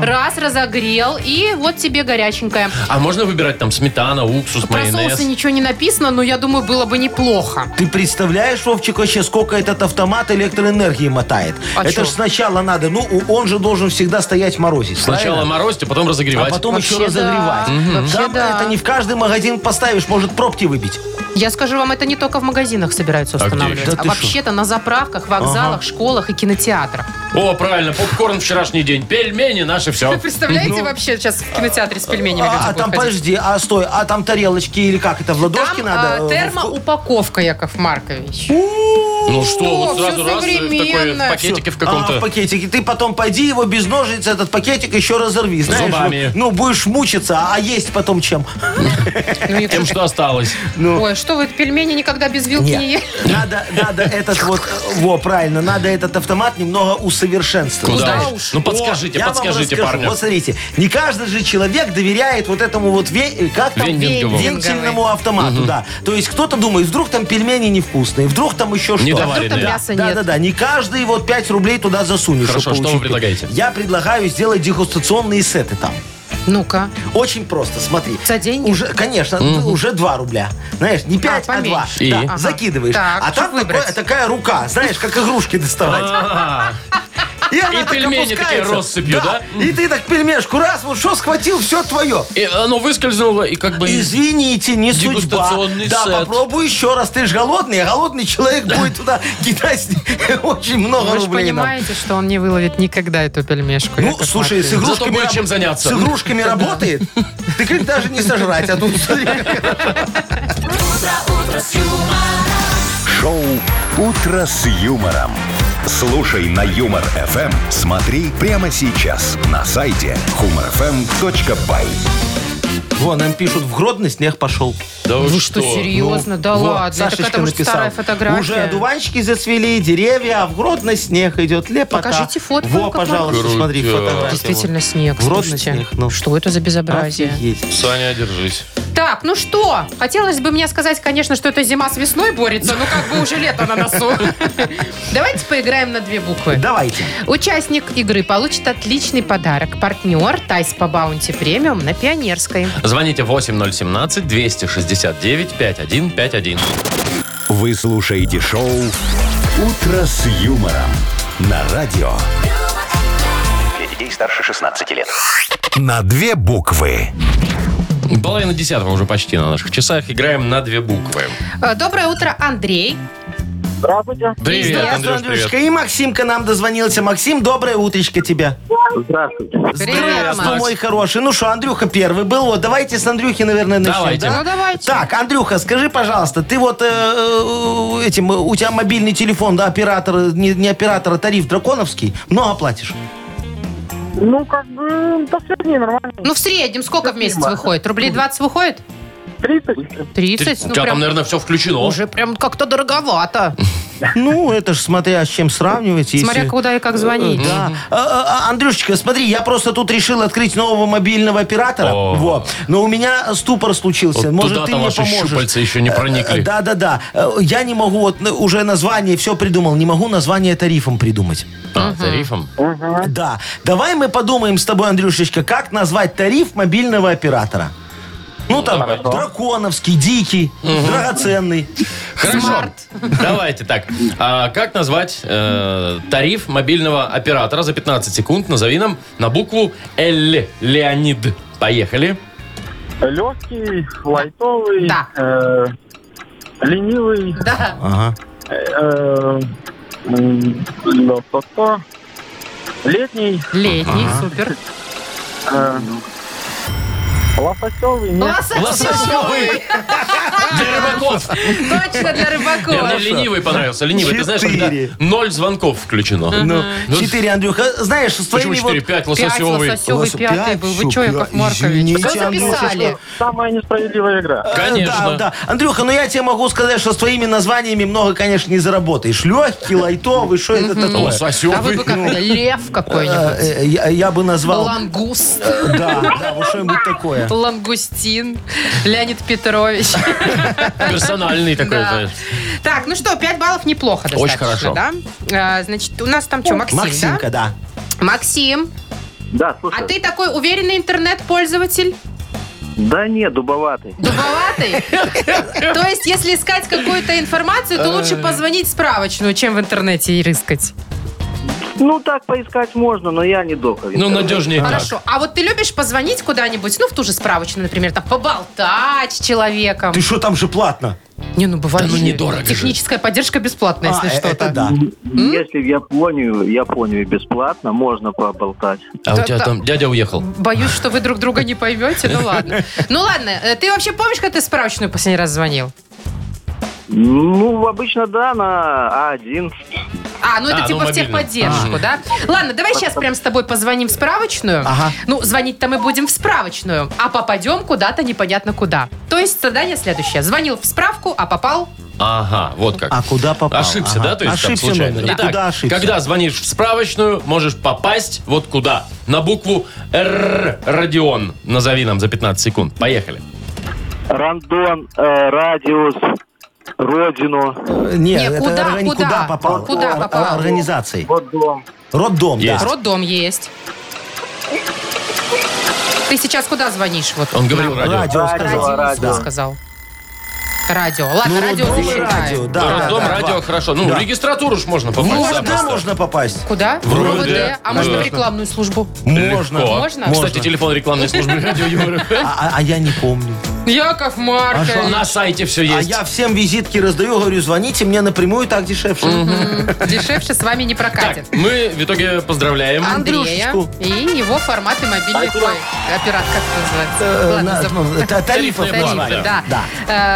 Speaker 3: Раз, разогрел, и вот тебе горяченькая.
Speaker 2: А можно выбирать там сметана, уксус,
Speaker 3: Про
Speaker 2: майонез?
Speaker 3: соусы ничего не написано, но я думаю, было бы неплохо.
Speaker 4: Ты представляешь, Вовчик, вообще, сколько этот автомат электроэнергии мотает?
Speaker 3: А
Speaker 4: это
Speaker 3: чё?
Speaker 4: ж сначала надо, ну, у- он же должен всегда стоять морозить.
Speaker 2: Сначала
Speaker 4: правильно?
Speaker 2: морозить, а потом разогревать.
Speaker 4: А потом еще
Speaker 3: Вообще да.
Speaker 4: разогревать.
Speaker 3: Мгм. Вообще
Speaker 4: Там
Speaker 3: да.
Speaker 4: это не в каждый магазин поставишь, может пробки выбить.
Speaker 3: Я скажу вам, это не только в магазинах собираются
Speaker 2: А где
Speaker 3: устанавливать,
Speaker 2: еще?
Speaker 3: а,
Speaker 4: Да ты
Speaker 3: вообще-то на заправках, вокзалах, школах и кинотеатрах.
Speaker 2: О, правильно, попкорн вчерашний день, пельмени наши, все.
Speaker 3: Вы представляете вообще сейчас в кинотеатре с пельменями люди
Speaker 4: Ну. А, а
Speaker 3: будут
Speaker 4: там,
Speaker 3: ходить?
Speaker 4: подожди, а стой, а там тарелочки или как это, в ладошки
Speaker 3: Там,
Speaker 4: надо?
Speaker 3: э,
Speaker 4: э, в-
Speaker 3: термоупаковка, Яков Маркович.
Speaker 2: Ну что, вот
Speaker 3: всё
Speaker 2: сразу раз, э, в такой в
Speaker 3: современно.
Speaker 2: пакетике в
Speaker 4: А, в
Speaker 2: каком-то.
Speaker 4: пакетике. Ты потом пойди его без ножниц, этот пакетик еще разорви. Знаешь,
Speaker 2: Зубами.
Speaker 4: Ну, ну, будешь мучиться, а есть потом чем.
Speaker 3: Ну, не
Speaker 2: Тем, что осталось.
Speaker 3: Ой, что вы, пельмени никогда без вилки не
Speaker 4: Ну. Нет,
Speaker 3: ели?
Speaker 4: надо, надо этот вот, э, во, правильно, надо этот автомат немного усовершенствовать.
Speaker 2: Куда
Speaker 4: знаешь.
Speaker 2: уж? Ну, подскажите,
Speaker 4: я вам
Speaker 2: подскажите,
Speaker 4: расскажу.
Speaker 2: парню.
Speaker 4: Вот смотрите, не каждый же человек доверяет вот этому вот, ве- э, как там?
Speaker 2: Вендинговому.
Speaker 4: Вендинговому автомату, да. То есть кто-то думает, вдруг там пельмени невкусные, вдруг там еще
Speaker 2: Не
Speaker 4: что.
Speaker 2: давали.
Speaker 3: Вдруг там
Speaker 2: Да.
Speaker 3: мяса
Speaker 4: Да, да,
Speaker 3: нет.
Speaker 4: да. Не каждый вот 5 рублей туда засунешь.
Speaker 2: Хорошо,
Speaker 4: чтобы
Speaker 2: что вы
Speaker 4: получить.
Speaker 2: предлагаете?
Speaker 4: Я предлагаю сделать дегустационные сеты там.
Speaker 3: Ну-ка.
Speaker 4: Очень просто, смотри.
Speaker 3: За деньги?
Speaker 4: Уже, конечно, ну, уже 2 рубля. Знаешь, не 5, а,
Speaker 3: поменьше.
Speaker 4: 2.
Speaker 2: И?
Speaker 4: Да,
Speaker 2: Ага.
Speaker 4: закидываешь.
Speaker 3: Так,
Speaker 4: а
Speaker 3: что
Speaker 4: там такое-
Speaker 3: выбрать?
Speaker 4: такая рука, знаешь, как игрушки доставать.
Speaker 2: А,
Speaker 4: И, она
Speaker 2: И
Speaker 4: так
Speaker 2: пельмени такие
Speaker 4: опускается.
Speaker 2: россыпью, да?
Speaker 4: И ты так пельмешку раз, вот что схватил, все твое.
Speaker 2: И оно выскользнуло, и как бы...
Speaker 4: Извините, не судьба.
Speaker 2: Дегустационный
Speaker 4: Да,
Speaker 2: сет.
Speaker 4: попробуй еще раз. Ты же голодный, а голодный человек будет туда кидать очень много
Speaker 3: Ну, Вы же
Speaker 4: рублей нам.
Speaker 3: понимаете, что он не выловит никогда эту пельмешку.
Speaker 4: Ну,
Speaker 3: Яков
Speaker 4: слушай,
Speaker 3: Маркович.
Speaker 4: с игрушками...
Speaker 2: Зато будет
Speaker 4: раб-
Speaker 2: чем заняться.
Speaker 4: С игрушками работает. Ты как даже не сожрать, а тут... смотри, как-
Speaker 1: Шоу «Утро с юмором». Слушай на Юмор ФМ. Смотри прямо сейчас на сайте humorfm.by.
Speaker 4: Во, нам пишут, в Гродно снег пошел. Ну,
Speaker 2: Да вы
Speaker 3: Вы Ну что, серьезно? Да
Speaker 4: Во,
Speaker 3: ладно? Это
Speaker 4: Сашечка
Speaker 3: какая-то, может,
Speaker 4: написал.
Speaker 3: старая фотография.
Speaker 4: Уже одуванчики зацвели, деревья, а в Гродно снег идет, лепота.
Speaker 3: Покажите фотку,
Speaker 4: Во,
Speaker 3: Яков
Speaker 4: пожалуйста,
Speaker 2: Маркович.
Speaker 4: смотри
Speaker 2: Крутяк.
Speaker 4: фотографию.
Speaker 3: Действительно снег,
Speaker 4: В Гродно
Speaker 3: слушайте.
Speaker 4: снег, ну.
Speaker 3: Что это за безобразие?
Speaker 4: Офигеть.
Speaker 2: Саня, держись.
Speaker 3: Так, ну что? Хотелось бы мне сказать, конечно, что это зима с весной борется, но как бы уже лето на носу. Давайте поиграем на две буквы.
Speaker 4: Давайте.
Speaker 3: Участник игры получит отличный подарок. Партнер Тайс по Баунти Премиум на Пионерской.
Speaker 2: Звоните 8017-269-5151.
Speaker 1: Вы слушаете шоу «Утро с юмором» на радио.
Speaker 5: Для детей старше 16 лет.
Speaker 1: На две буквы.
Speaker 2: Половина десятого уже почти на наших часах. Играем на две буквы.
Speaker 3: Э, Доброе утро, Андрей.
Speaker 7: Здравствуйте.
Speaker 2: Привет, Андрюш, привет.
Speaker 4: Андрюшечка. И Максимка нам дозвонился. Максим, доброе утречко тебе.
Speaker 6: Здравствуйте.
Speaker 4: Здравствуй,
Speaker 2: Макс.
Speaker 4: мой хороший. Ну что, Андрюха первый был. Вот, давайте с Андрюхи, наверное, начнем.
Speaker 2: Давайте.
Speaker 4: да?
Speaker 3: Ну, давайте.
Speaker 4: Так, Андрюха, скажи, пожалуйста, ты вот э, э, этим, э, у тебя мобильный телефон, да, оператор, э, не, не оператор, а тариф драконовский, а много платишь?
Speaker 7: Ну, как бы, да все не нормально.
Speaker 3: Ну, в среднем сколько в месяц выходит? Рублей 20 выходит?
Speaker 7: 30.
Speaker 3: 30?
Speaker 2: У
Speaker 3: Ну,
Speaker 2: тебя там,
Speaker 3: прям
Speaker 2: наверное, все включено.
Speaker 3: уже прям как-то дороговато.
Speaker 4: Ну, это ж смотря с чем сравнивать. если-
Speaker 3: Смотря куда и как звонить.
Speaker 4: Да. А, а, а, Андрюшечка, смотри, я просто тут решил открыть нового мобильного оператора.
Speaker 2: О.
Speaker 4: Вот. Но у меня ступор случился.
Speaker 2: Вот
Speaker 4: Может,
Speaker 2: туда-то
Speaker 4: ты мне
Speaker 2: ваши
Speaker 4: поможешь. Э,
Speaker 2: щупальца еще не проникли.
Speaker 4: Да, да, да. Э, Я не могу, вот ну, уже название все придумал, не могу название тарифом придумать.
Speaker 2: А, тарифом.
Speaker 4: Да. Давай мы подумаем с тобой, Андрюшечка, как назвать тариф мобильного оператора. Ну там, драконовский, дикий, драгоценный.
Speaker 2: Хорошо. Давайте так. А как назвать э, тариф мобильного оператора за 15 секунд? Назови нам на букву Л. Леонид. Поехали.
Speaker 6: Легкий, лайтовый,
Speaker 3: Да.
Speaker 6: э, ленивый,
Speaker 3: Да.
Speaker 4: Ага.
Speaker 6: э, м, ну, то-то. летний,
Speaker 3: Летний, супер.
Speaker 6: э, лососевый, нет,
Speaker 2: Лососевый. Для рыбаков. Мне
Speaker 3: Точно для
Speaker 2: мне
Speaker 3: рыбаков.
Speaker 2: ленивый понравился. Ленивый. Ты знаешь, когда
Speaker 4: Четыре.
Speaker 2: ноль звонков включено.
Speaker 4: Ну,
Speaker 2: Ну,
Speaker 4: четыре, Андрюха. Знаешь, с
Speaker 2: Почему
Speaker 4: твоими вот-
Speaker 2: 4? 5
Speaker 3: Пять
Speaker 2: лососевый.
Speaker 3: лососевый,
Speaker 4: Лосо-
Speaker 3: пятый
Speaker 4: пять,
Speaker 3: был. Вы
Speaker 4: всё,
Speaker 3: что,
Speaker 4: пять.
Speaker 3: Яков Маркович?
Speaker 4: Извините,
Speaker 3: Все записали.
Speaker 6: самая несправедливая игра.
Speaker 2: Конечно.
Speaker 4: э, Да, да. Андрюха, ну я тебе могу сказать, что с твоими названиями много, конечно, не заработаешь. Легкий, лайтовый, что это такое?
Speaker 3: А вы
Speaker 2: Лососевый.
Speaker 3: бы как это, лев
Speaker 4: Э,
Speaker 3: какой-нибудь?
Speaker 4: э, Я я бы назвал...
Speaker 3: Лангуст.
Speaker 4: Э, Да, да, вот что-нибудь такое.
Speaker 3: Лангустин. Леонид Петрович.
Speaker 2: Персональный такой,
Speaker 3: Да.
Speaker 2: знаешь.
Speaker 3: Так, ну что, 5 баллов неплохо
Speaker 2: Очень хорошо.
Speaker 3: достаточно, да? А, Значит, у нас там что, Максим,
Speaker 4: Максимка, да.
Speaker 3: да? Максим,
Speaker 6: Да,
Speaker 3: а ты такой уверенный интернет-пользователь?
Speaker 6: Да нет, дубоватый.
Speaker 3: Дубоватый? То есть, если искать какую-то информацию, то лучше позвонить в справочную, чем в интернете и рыскать.
Speaker 6: Ну, так поискать можно, но я не доктор.
Speaker 2: Ну, надежнее так.
Speaker 3: Хорошо. А вот ты любишь позвонить куда-нибудь, ну, в ту же справочную, например, там, поболтать с человеком?
Speaker 4: Ты что там же платно?
Speaker 3: Не, ну, бывает
Speaker 2: Да ну,
Speaker 3: же.
Speaker 2: недорого же.
Speaker 3: Техническая поддержка бесплатная,
Speaker 4: А,
Speaker 3: если
Speaker 4: э,
Speaker 3: что-то.
Speaker 4: это да.
Speaker 6: Если в Японию, Японию бесплатно, можно поболтать.
Speaker 2: А у
Speaker 3: Да,
Speaker 2: тебя
Speaker 3: да.
Speaker 2: там дядя уехал.
Speaker 3: Боюсь, что вы друг друга не поймете. Ну ладно. Ну ладно, э, ты вообще помнишь, когда ты в справочную последний раз звонил?
Speaker 6: Ну, обычно, да, на А1.
Speaker 3: А, ну это
Speaker 2: А, ну,
Speaker 3: типа в
Speaker 2: мобильный.
Speaker 3: техподдержку, да? Ладно, давай сейчас прям с тобой позвоним в справочную.
Speaker 4: Ага.
Speaker 3: Ну, звонить там мы будем в справочную, а попадем куда-то непонятно куда. То есть задание следующее. Звонил в справку, а попал...
Speaker 2: Ага, вот как.
Speaker 4: А куда попал?
Speaker 2: Ошибся,
Speaker 4: Ага.
Speaker 2: да? То есть там
Speaker 4: Ошибся
Speaker 2: случайно.
Speaker 4: номер.
Speaker 2: Итак,
Speaker 4: Куда ошибся?
Speaker 2: когда звонишь в справочную, можешь попасть вот куда. На букву Р. Родион. Назови нам за 15 секунд. Поехали.
Speaker 6: Рандон, э, радиус, родину,
Speaker 4: Э, Нет,
Speaker 3: Не,
Speaker 4: это
Speaker 3: куда,
Speaker 4: органи-
Speaker 3: куда?
Speaker 4: куда попал?
Speaker 3: Куда
Speaker 4: Ор-
Speaker 3: попал?
Speaker 4: Организации.
Speaker 6: вот дом.
Speaker 4: Роддом,
Speaker 2: Есть.
Speaker 4: да.
Speaker 3: Роддом есть. Ты сейчас куда звонишь? Вот
Speaker 2: Он говорил
Speaker 3: нам?
Speaker 2: радио.
Speaker 4: Радио сказал.
Speaker 3: Радио
Speaker 6: Радио, радио.
Speaker 3: сказал. Радио. Ладно,
Speaker 4: Ну,
Speaker 3: радио
Speaker 4: роддом и
Speaker 3: засчитаем.
Speaker 4: радио, да. да,
Speaker 2: Роддом,
Speaker 4: да,
Speaker 2: радио,
Speaker 4: два.
Speaker 2: хорошо. Ну, в
Speaker 4: Да.
Speaker 2: регистратуру ж можно
Speaker 4: Ну,
Speaker 2: попасть.
Speaker 4: Куда
Speaker 2: запросто.
Speaker 4: можно попасть?
Speaker 3: Куда?
Speaker 2: В РОВД.
Speaker 3: А можно
Speaker 2: Да.
Speaker 3: в рекламную службу?
Speaker 4: Можно.
Speaker 2: Легко.
Speaker 3: Можно?
Speaker 2: Кстати, телефон рекламной службы радио Юмор.
Speaker 4: А, а- а я не помню.
Speaker 3: Яков Маркович.
Speaker 2: На сайте все
Speaker 4: А
Speaker 2: есть.
Speaker 4: я всем визитки раздаю, говорю, звоните мне напрямую, так дешевше. Э,
Speaker 3: Дешевше с вами не прокатит.
Speaker 2: Так, мы в итоге поздравляем.
Speaker 3: Андрея
Speaker 4: Андрюшечку.
Speaker 3: и его форматы мобильных ой, операт, как это называется.
Speaker 4: Э,
Speaker 3: Ладно,
Speaker 4: на-
Speaker 3: забыл.
Speaker 4: ну, та- Тарифов
Speaker 2: Тарифные
Speaker 4: назвали.
Speaker 2: планы,
Speaker 3: Да.
Speaker 4: Да.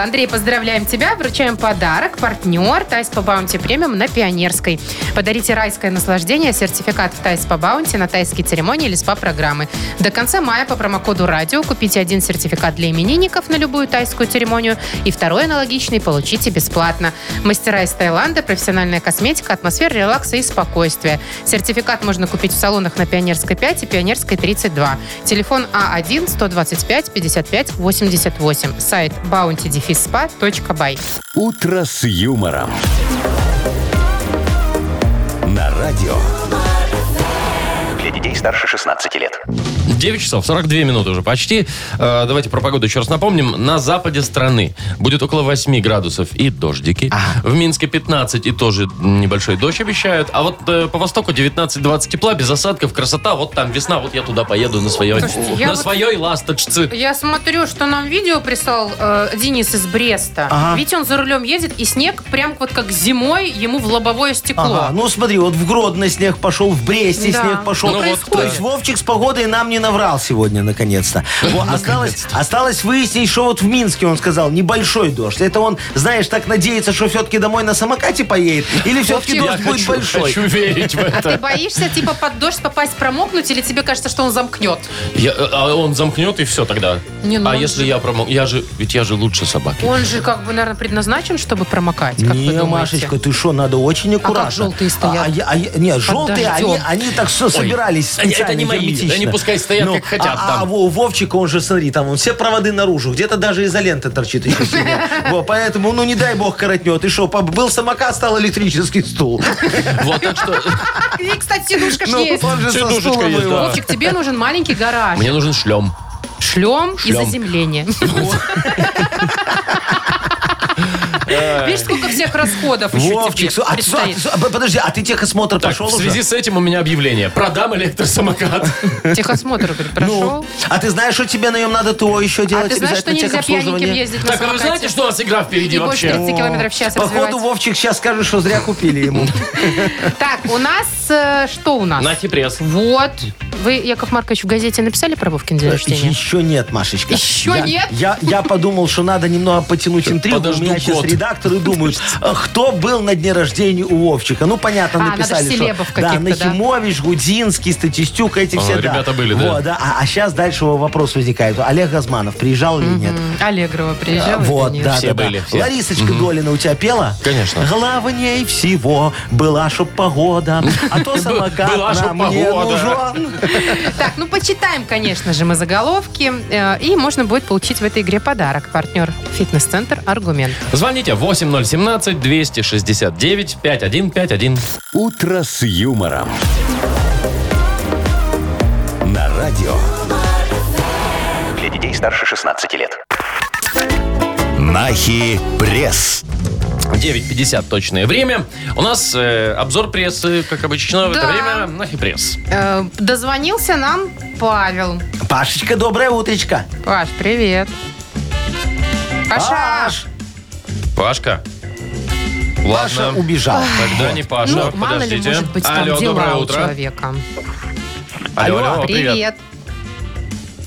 Speaker 3: Э, Андрей, поздравляем тебя. Вручаем подарок. Партнер Тайс по Баунти премиум на Пионерской. Подарите райское наслаждение, сертификат в Тайс по Баунти на тайские церемонии или СПА-программы. До конца мая по промокоду «Радио» купите один сертификат для именинников на любую тайскую церемонию и второй аналогичный получите бесплатно. Мастера из Таиланда, профессиональная косметика, атмосфера релакса и спокойствия. Сертификат можно купить в салонах на Пионерской 5 и Пионерской 32. Телефон А А1-125-55-88. Сайт bountydefisspa.by
Speaker 1: «Утро с юмором». На радио.
Speaker 5: Для детей детей старше 16 лет.
Speaker 2: 9 часов 42 минуты уже почти. Э, давайте про погоду еще раз напомним. На западе страны будет около 8 градусов и дождики. В Минске 15 и тоже небольшой дождь обещают. А вот э, по востоку 19-20 тепла, без осадков, красота. Вот там весна, вот я туда поеду на своей,
Speaker 3: Слушайте, я
Speaker 2: на
Speaker 3: вот-
Speaker 2: своей ласточце.
Speaker 3: Я смотрю, что нам видео прислал э, Денис из Бреста.
Speaker 4: Ага.
Speaker 3: Видите, он за рулем едет, и снег прям вот как зимой ему в лобовое стекло.
Speaker 4: Ага, ну смотри, вот в Гродно снег пошел, в Бресте
Speaker 3: Да.
Speaker 4: снег пошел.
Speaker 3: Ну вот,
Speaker 4: То есть
Speaker 3: да.
Speaker 4: Вовчик с погодой нам не наврал сегодня, наконец-то. Вот, осталось, осталось выяснить, что вот в Минске он сказал, небольшой дождь. Это он, знаешь, так надеется, что все-таки домой на самокате поедет, или все-таки
Speaker 2: Я
Speaker 4: дождь будет
Speaker 2: хочу,
Speaker 4: большой.
Speaker 2: хочу верить в
Speaker 3: А ты
Speaker 2: это.
Speaker 3: боишься, типа, под дождь попасть промокнуть, или тебе кажется, что он замкнет?
Speaker 2: Я- а он замкнет и все тогда.
Speaker 3: Не, ну
Speaker 2: а
Speaker 3: он
Speaker 2: если я промок... Я же, ведь я же лучше собаки.
Speaker 3: Он же, как бы, наверное, предназначен, чтобы промокать, как вы
Speaker 4: Не, ну,
Speaker 3: думаете?
Speaker 4: Машечка, ты что, надо
Speaker 2: А
Speaker 4: очень аккуратно.
Speaker 3: желтые стоят?
Speaker 4: А, я- а я- не, желтые, они,
Speaker 3: дождем.
Speaker 4: они так все собирались
Speaker 2: они- это
Speaker 4: специально,
Speaker 2: не мои,
Speaker 4: герметично.
Speaker 2: они пускай стоят, как хотят
Speaker 4: А,
Speaker 2: там.
Speaker 4: а во- у Вовчика, он же, смотри, там он все проводы наружу, где-то даже изолента торчит еще сильно. Во, Поэтому, ну не дай бог коротнет. И что, поб- был самокат, стал электрический стул.
Speaker 2: Вот так что...
Speaker 3: И, кстати, сидушка ж
Speaker 4: Ну,
Speaker 3: есть.
Speaker 4: он же со
Speaker 2: Сидушечка
Speaker 4: стулом
Speaker 2: есть,
Speaker 4: его.
Speaker 2: да.
Speaker 3: Вовчик, тебе нужен маленький гараж.
Speaker 2: Мне нужен шлем.
Speaker 3: Шлем, и
Speaker 2: Шлем.
Speaker 3: заземление. Видишь, сколько всех расходов еще тебе
Speaker 4: Вовчик, су- а, су- а,
Speaker 3: предстоит.
Speaker 4: су- а, подожди, а ты техосмотр
Speaker 2: Так,
Speaker 4: пошел
Speaker 2: в связи
Speaker 4: уже?
Speaker 2: с этим у меня объявление. Продам электросамокат.
Speaker 3: Ну, Техосмотр, говорит, прошел.
Speaker 4: Ну, а ты знаешь, что тебе на нем надо ТО еще
Speaker 3: А
Speaker 4: делать?
Speaker 3: ты знаешь, что
Speaker 4: обязательно
Speaker 3: нельзя пьяненьким
Speaker 4: техобслуживание?
Speaker 3: ездить на
Speaker 2: Так, а вы
Speaker 3: самокате?
Speaker 2: знаете, что у нас игра впереди
Speaker 3: И больше
Speaker 2: вообще?
Speaker 3: 30 километров в час
Speaker 4: Походу,
Speaker 3: развивать.
Speaker 4: Вовчик сейчас скажет, что зря купили ему.
Speaker 3: Так, у нас... э, Что у нас?
Speaker 2: Нахи пресс.
Speaker 3: Вот. Вы, Яков Маркович, в газете написали про Вовкин день рождения?
Speaker 4: Еще Э, нет, Машечка.
Speaker 3: Еще
Speaker 4: Я-
Speaker 3: нет?
Speaker 4: Я, я подумал, что надо немного потянуть интригу.
Speaker 2: подожду
Speaker 4: у меня сейчас
Speaker 2: год.
Speaker 4: редакторы думают, а кто был на дне рождения у Вовчика. Ну, понятно,
Speaker 3: А, надо
Speaker 4: написали,
Speaker 3: ж селебов
Speaker 4: что... Да,
Speaker 3: каких-то, да.
Speaker 4: Нахимович, Гудинский, Статистюк, эти
Speaker 2: А,
Speaker 4: все,
Speaker 2: ребята
Speaker 4: да.
Speaker 2: были, да.
Speaker 4: Вот, А, сейчас дальше вопрос возникает. Олег Газманов приезжал или нет?
Speaker 3: М, Аллегрова
Speaker 4: А,
Speaker 3: приезжала.
Speaker 4: Вот,
Speaker 3: или
Speaker 4: да,
Speaker 3: нет?
Speaker 4: да,
Speaker 2: Все
Speaker 4: да.
Speaker 2: были, все.
Speaker 4: Ларисочка Долина у тебя пела?
Speaker 2: Конечно.
Speaker 4: Главней всего была, чтоб погода, а то самокат
Speaker 2: была, чтоб
Speaker 4: нам не
Speaker 2: погода.
Speaker 4: нужен.
Speaker 3: Так, ну почитаем, конечно же, мы заголовки. э, И можно будет получить в этой игре подарок. Партнер фитнес-центр «Аргумент».
Speaker 2: Звоните 8017-269-5151.
Speaker 1: «Утро с юмором». На радио.
Speaker 5: Для детей старше 16 лет.
Speaker 1: Нахи пресс.
Speaker 2: 9.50 точное время. У нас э, обзор прессы, как обычно, в это
Speaker 3: Да.
Speaker 2: время Нахи пресс.
Speaker 3: Э, Дозвонился нам Павел.
Speaker 4: Пашечка, доброе утречко.
Speaker 3: Паш, привет. Паша!
Speaker 4: Паш!
Speaker 2: Пашка.
Speaker 4: Паша
Speaker 2: Ладно.
Speaker 4: убежал.
Speaker 2: Тогда не Паша,
Speaker 3: ну, мало ли,
Speaker 2: подождите.
Speaker 3: может быть, там
Speaker 2: алло,
Speaker 3: дела
Speaker 2: доброе
Speaker 3: у
Speaker 2: утро.
Speaker 3: человека.
Speaker 2: Алло,
Speaker 4: Алло,
Speaker 2: алло, привет.
Speaker 3: Привет.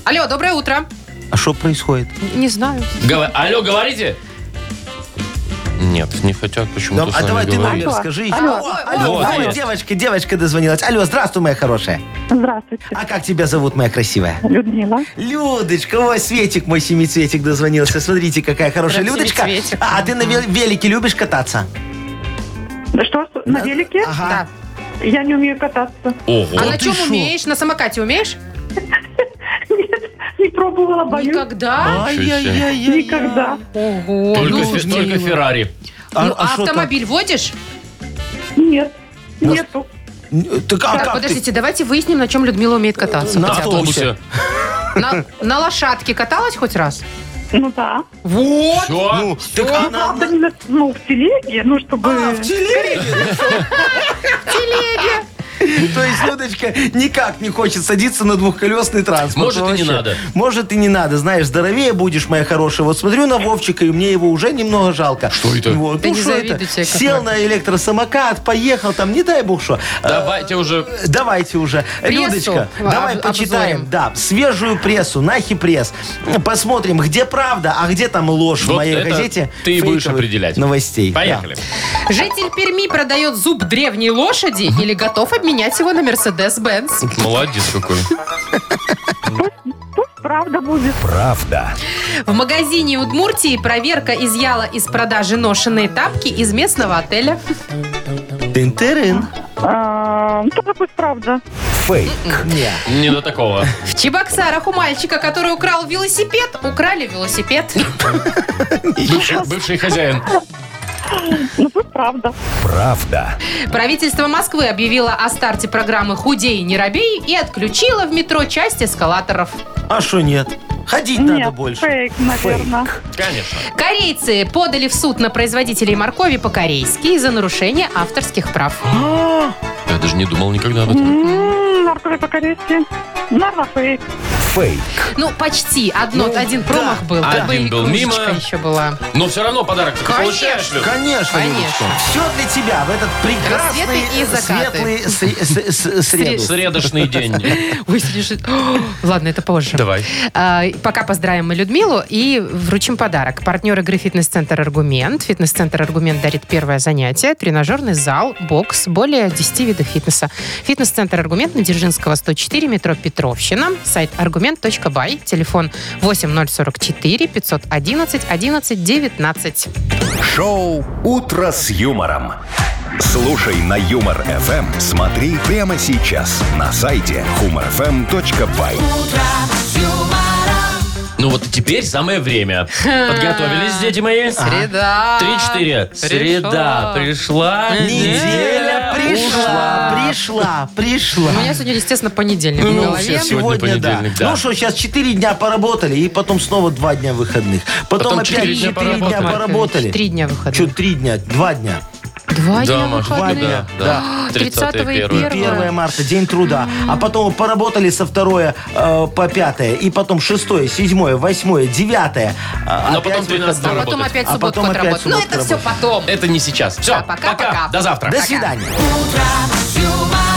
Speaker 3: Алло, доброе утро.
Speaker 4: А что происходит?
Speaker 3: Не знаю.
Speaker 2: Гова- Алло, говорите? Нет, не хотят почему-то
Speaker 4: Дом-
Speaker 2: с
Speaker 4: а
Speaker 2: нами
Speaker 4: давай ты
Speaker 2: говорить.
Speaker 4: номер скажи.
Speaker 7: Алло.
Speaker 4: О,
Speaker 2: Алло,
Speaker 4: алло, алло,
Speaker 2: привет.
Speaker 4: девочка, девочка дозвонилась. Алло, здравствуй, моя хорошая.
Speaker 7: Здравствуйте,
Speaker 4: А как тебя зовут, моя красивая?
Speaker 7: Людмила.
Speaker 4: Людочка, ой, Светик мой семицветик дозвонился. Смотрите, какая хорошая
Speaker 3: Прям
Speaker 4: Людочка.
Speaker 3: семицветик.
Speaker 4: А, а ты на вел- велике любишь кататься?
Speaker 7: Да что, ж, на велике?
Speaker 4: Ага.
Speaker 7: Я не умею кататься.
Speaker 2: Ого.
Speaker 3: а на
Speaker 4: ты
Speaker 3: чем
Speaker 4: шо?
Speaker 3: умеешь? На самокате умеешь?
Speaker 7: Нет, не пробовала, боюсь.
Speaker 4: А?
Speaker 3: Никогда.
Speaker 4: Ай-яй-яй-яй.
Speaker 7: Никогда.
Speaker 3: Ого,
Speaker 2: Только,
Speaker 3: ну,
Speaker 2: фе-
Speaker 3: Людмила.
Speaker 2: только Феррари.
Speaker 4: А-
Speaker 3: Ну,
Speaker 4: а
Speaker 3: а
Speaker 4: шо
Speaker 3: автомобиль водишь?
Speaker 7: Нет. Нету.
Speaker 4: там? Так, а
Speaker 3: Так,
Speaker 4: как ты?
Speaker 3: подождите, давайте выясним, на чем Людмила умеет кататься.
Speaker 4: На
Speaker 2: На
Speaker 3: хотя бы.
Speaker 2: автобусе.
Speaker 3: На, на лошадке каталась хоть раз?
Speaker 7: Ну да.
Speaker 4: Вот.
Speaker 2: Всё.
Speaker 4: Ну, так
Speaker 7: Ну,
Speaker 4: она-
Speaker 7: правда, не на- ну, в телеге, ну, чтобы...
Speaker 4: А, в телеге. Ну,
Speaker 3: Телеге.
Speaker 4: То есть, Людочка никак не хочет садиться на двухколесный транспорт.
Speaker 2: Может, и не
Speaker 4: Вообще.
Speaker 2: надо.
Speaker 4: Может, и не надо. Знаешь, здоровее будешь, моя хорошая. Вот смотрю на Вовчика, и мне его уже немного жалко. Что
Speaker 2: это?
Speaker 4: Вот.
Speaker 3: Да
Speaker 4: ну,
Speaker 3: не
Speaker 4: что это?
Speaker 3: завидуйте, Яков
Speaker 4: Сел на электросамокат, поехал там, не дай бог что.
Speaker 2: Давайте уже.
Speaker 4: Э, Давайте уже.
Speaker 3: Прессу
Speaker 4: Людочка,
Speaker 3: об-
Speaker 4: давай
Speaker 3: обзорим.
Speaker 4: почитаем. Да, свежую прессу, нахи пресс. Посмотрим, где правда, а где там ложь
Speaker 2: Вот
Speaker 4: в моей
Speaker 2: это
Speaker 4: газете.
Speaker 2: ты и будешь
Speaker 4: фейковых
Speaker 2: определять.
Speaker 4: Новостей.
Speaker 2: Поехали.
Speaker 3: Житель Перми продает зуб древней лошади или готов обменять его на Мерседес-Бенц?
Speaker 2: Молодец какой.
Speaker 7: Пусть правда будет.
Speaker 1: Правда.
Speaker 3: В магазине Удмуртии проверка изъяла из продажи ношенные тапки из местного отеля.
Speaker 4: Да. Тын-тырын.
Speaker 7: А, ну, тогда пусть правда.
Speaker 1: Фейк.
Speaker 4: Не.
Speaker 2: Не до такого.
Speaker 3: В Чебоксарах у мальчика, который украл велосипед, украли велосипед.
Speaker 2: Бывший, бывший хозяин.
Speaker 7: Ну, тут правда.
Speaker 1: Правда.
Speaker 3: Правительство Москвы объявило о старте программы «Худей, не робей» и отключило в метро часть эскалаторов.
Speaker 4: А что нет? Ходить надо больше.
Speaker 7: Фейк, наверное.
Speaker 2: Конечно.
Speaker 3: Корейцы подали в суд на производителей моркови по-корейски из-за нарушения авторских прав.
Speaker 2: Я даже не думал никогда об этом.
Speaker 7: М, Морковь по-корейски. Наверное, фейк.
Speaker 1: Фейк.
Speaker 3: Ну, почти. Одно, один промах был.
Speaker 2: Один
Speaker 3: Как бы и
Speaker 2: был
Speaker 3: кружечка
Speaker 2: мимо.
Speaker 3: еще была.
Speaker 2: Но все равно подарок ты
Speaker 3: Конечно.
Speaker 2: получаешь, Лёш.
Speaker 4: Конечно,
Speaker 3: Конечно.
Speaker 4: Все для тебя в этот прекрасный
Speaker 3: Рассветы и закаты.
Speaker 4: светлый сре- с- с- среду.
Speaker 2: Средошный день.
Speaker 3: Ой, слушай, о, Ладно, это позже.
Speaker 2: Давай.
Speaker 3: А, и Пока поздравим мы Людмилу и вручим подарок. Партнер игры «Фитнес-центр Аргумент». «Фитнес-центр Аргумент» дарит первое занятие. Тренажерный зал, бокс, более 10 видов фитнеса. «Фитнес-центр Аргумент» на Дзержинского, 104, метро Петровщина. Сайт argument.by. Телефон 8044 511 11 19.
Speaker 1: Шоу «Утро с юмором». Слушай на Юмор ФМ. Смотри прямо сейчас на сайте humorfm.by.
Speaker 2: Ну вот теперь самое время. Подготовились, дети мои?
Speaker 3: Среда.
Speaker 2: Три-четыре. Среда пришла.
Speaker 4: Неделя пришла, пришла, пришла.
Speaker 3: У меня сегодня, естественно, понедельник в
Speaker 2: Ну,
Speaker 3: голове.
Speaker 2: все, все. Сегодня понедельник, да.
Speaker 4: Ну что, сейчас 4 дня поработали, и потом снова 2 дня выходных. Потом,
Speaker 2: Потом
Speaker 4: опять
Speaker 2: четыре
Speaker 4: 4
Speaker 2: дня
Speaker 4: дня
Speaker 2: поработали.
Speaker 4: поработали.
Speaker 3: Три дня выходных.
Speaker 4: Что, 3 дня? 2 дня.
Speaker 3: Два
Speaker 2: Да,
Speaker 3: дня
Speaker 2: Маш,
Speaker 3: выходных.
Speaker 2: да, да.
Speaker 3: А, 30 и
Speaker 2: 31.
Speaker 3: 1.
Speaker 4: 1 марта, день труда. А потом поработали со 2 по 5, и потом 6, 7, 8, 9.
Speaker 2: Но потом 13
Speaker 3: А
Speaker 2: работать.
Speaker 3: потом опять
Speaker 4: А
Speaker 3: субботку
Speaker 4: потом опять
Speaker 3: отработать. Ну,
Speaker 4: субботку
Speaker 3: это все
Speaker 4: работать.
Speaker 3: потом.
Speaker 2: Это не сейчас. Все,
Speaker 3: Да, пока,
Speaker 2: пока.
Speaker 3: пока.
Speaker 2: До завтра.
Speaker 4: До свидания.
Speaker 11: Юмор.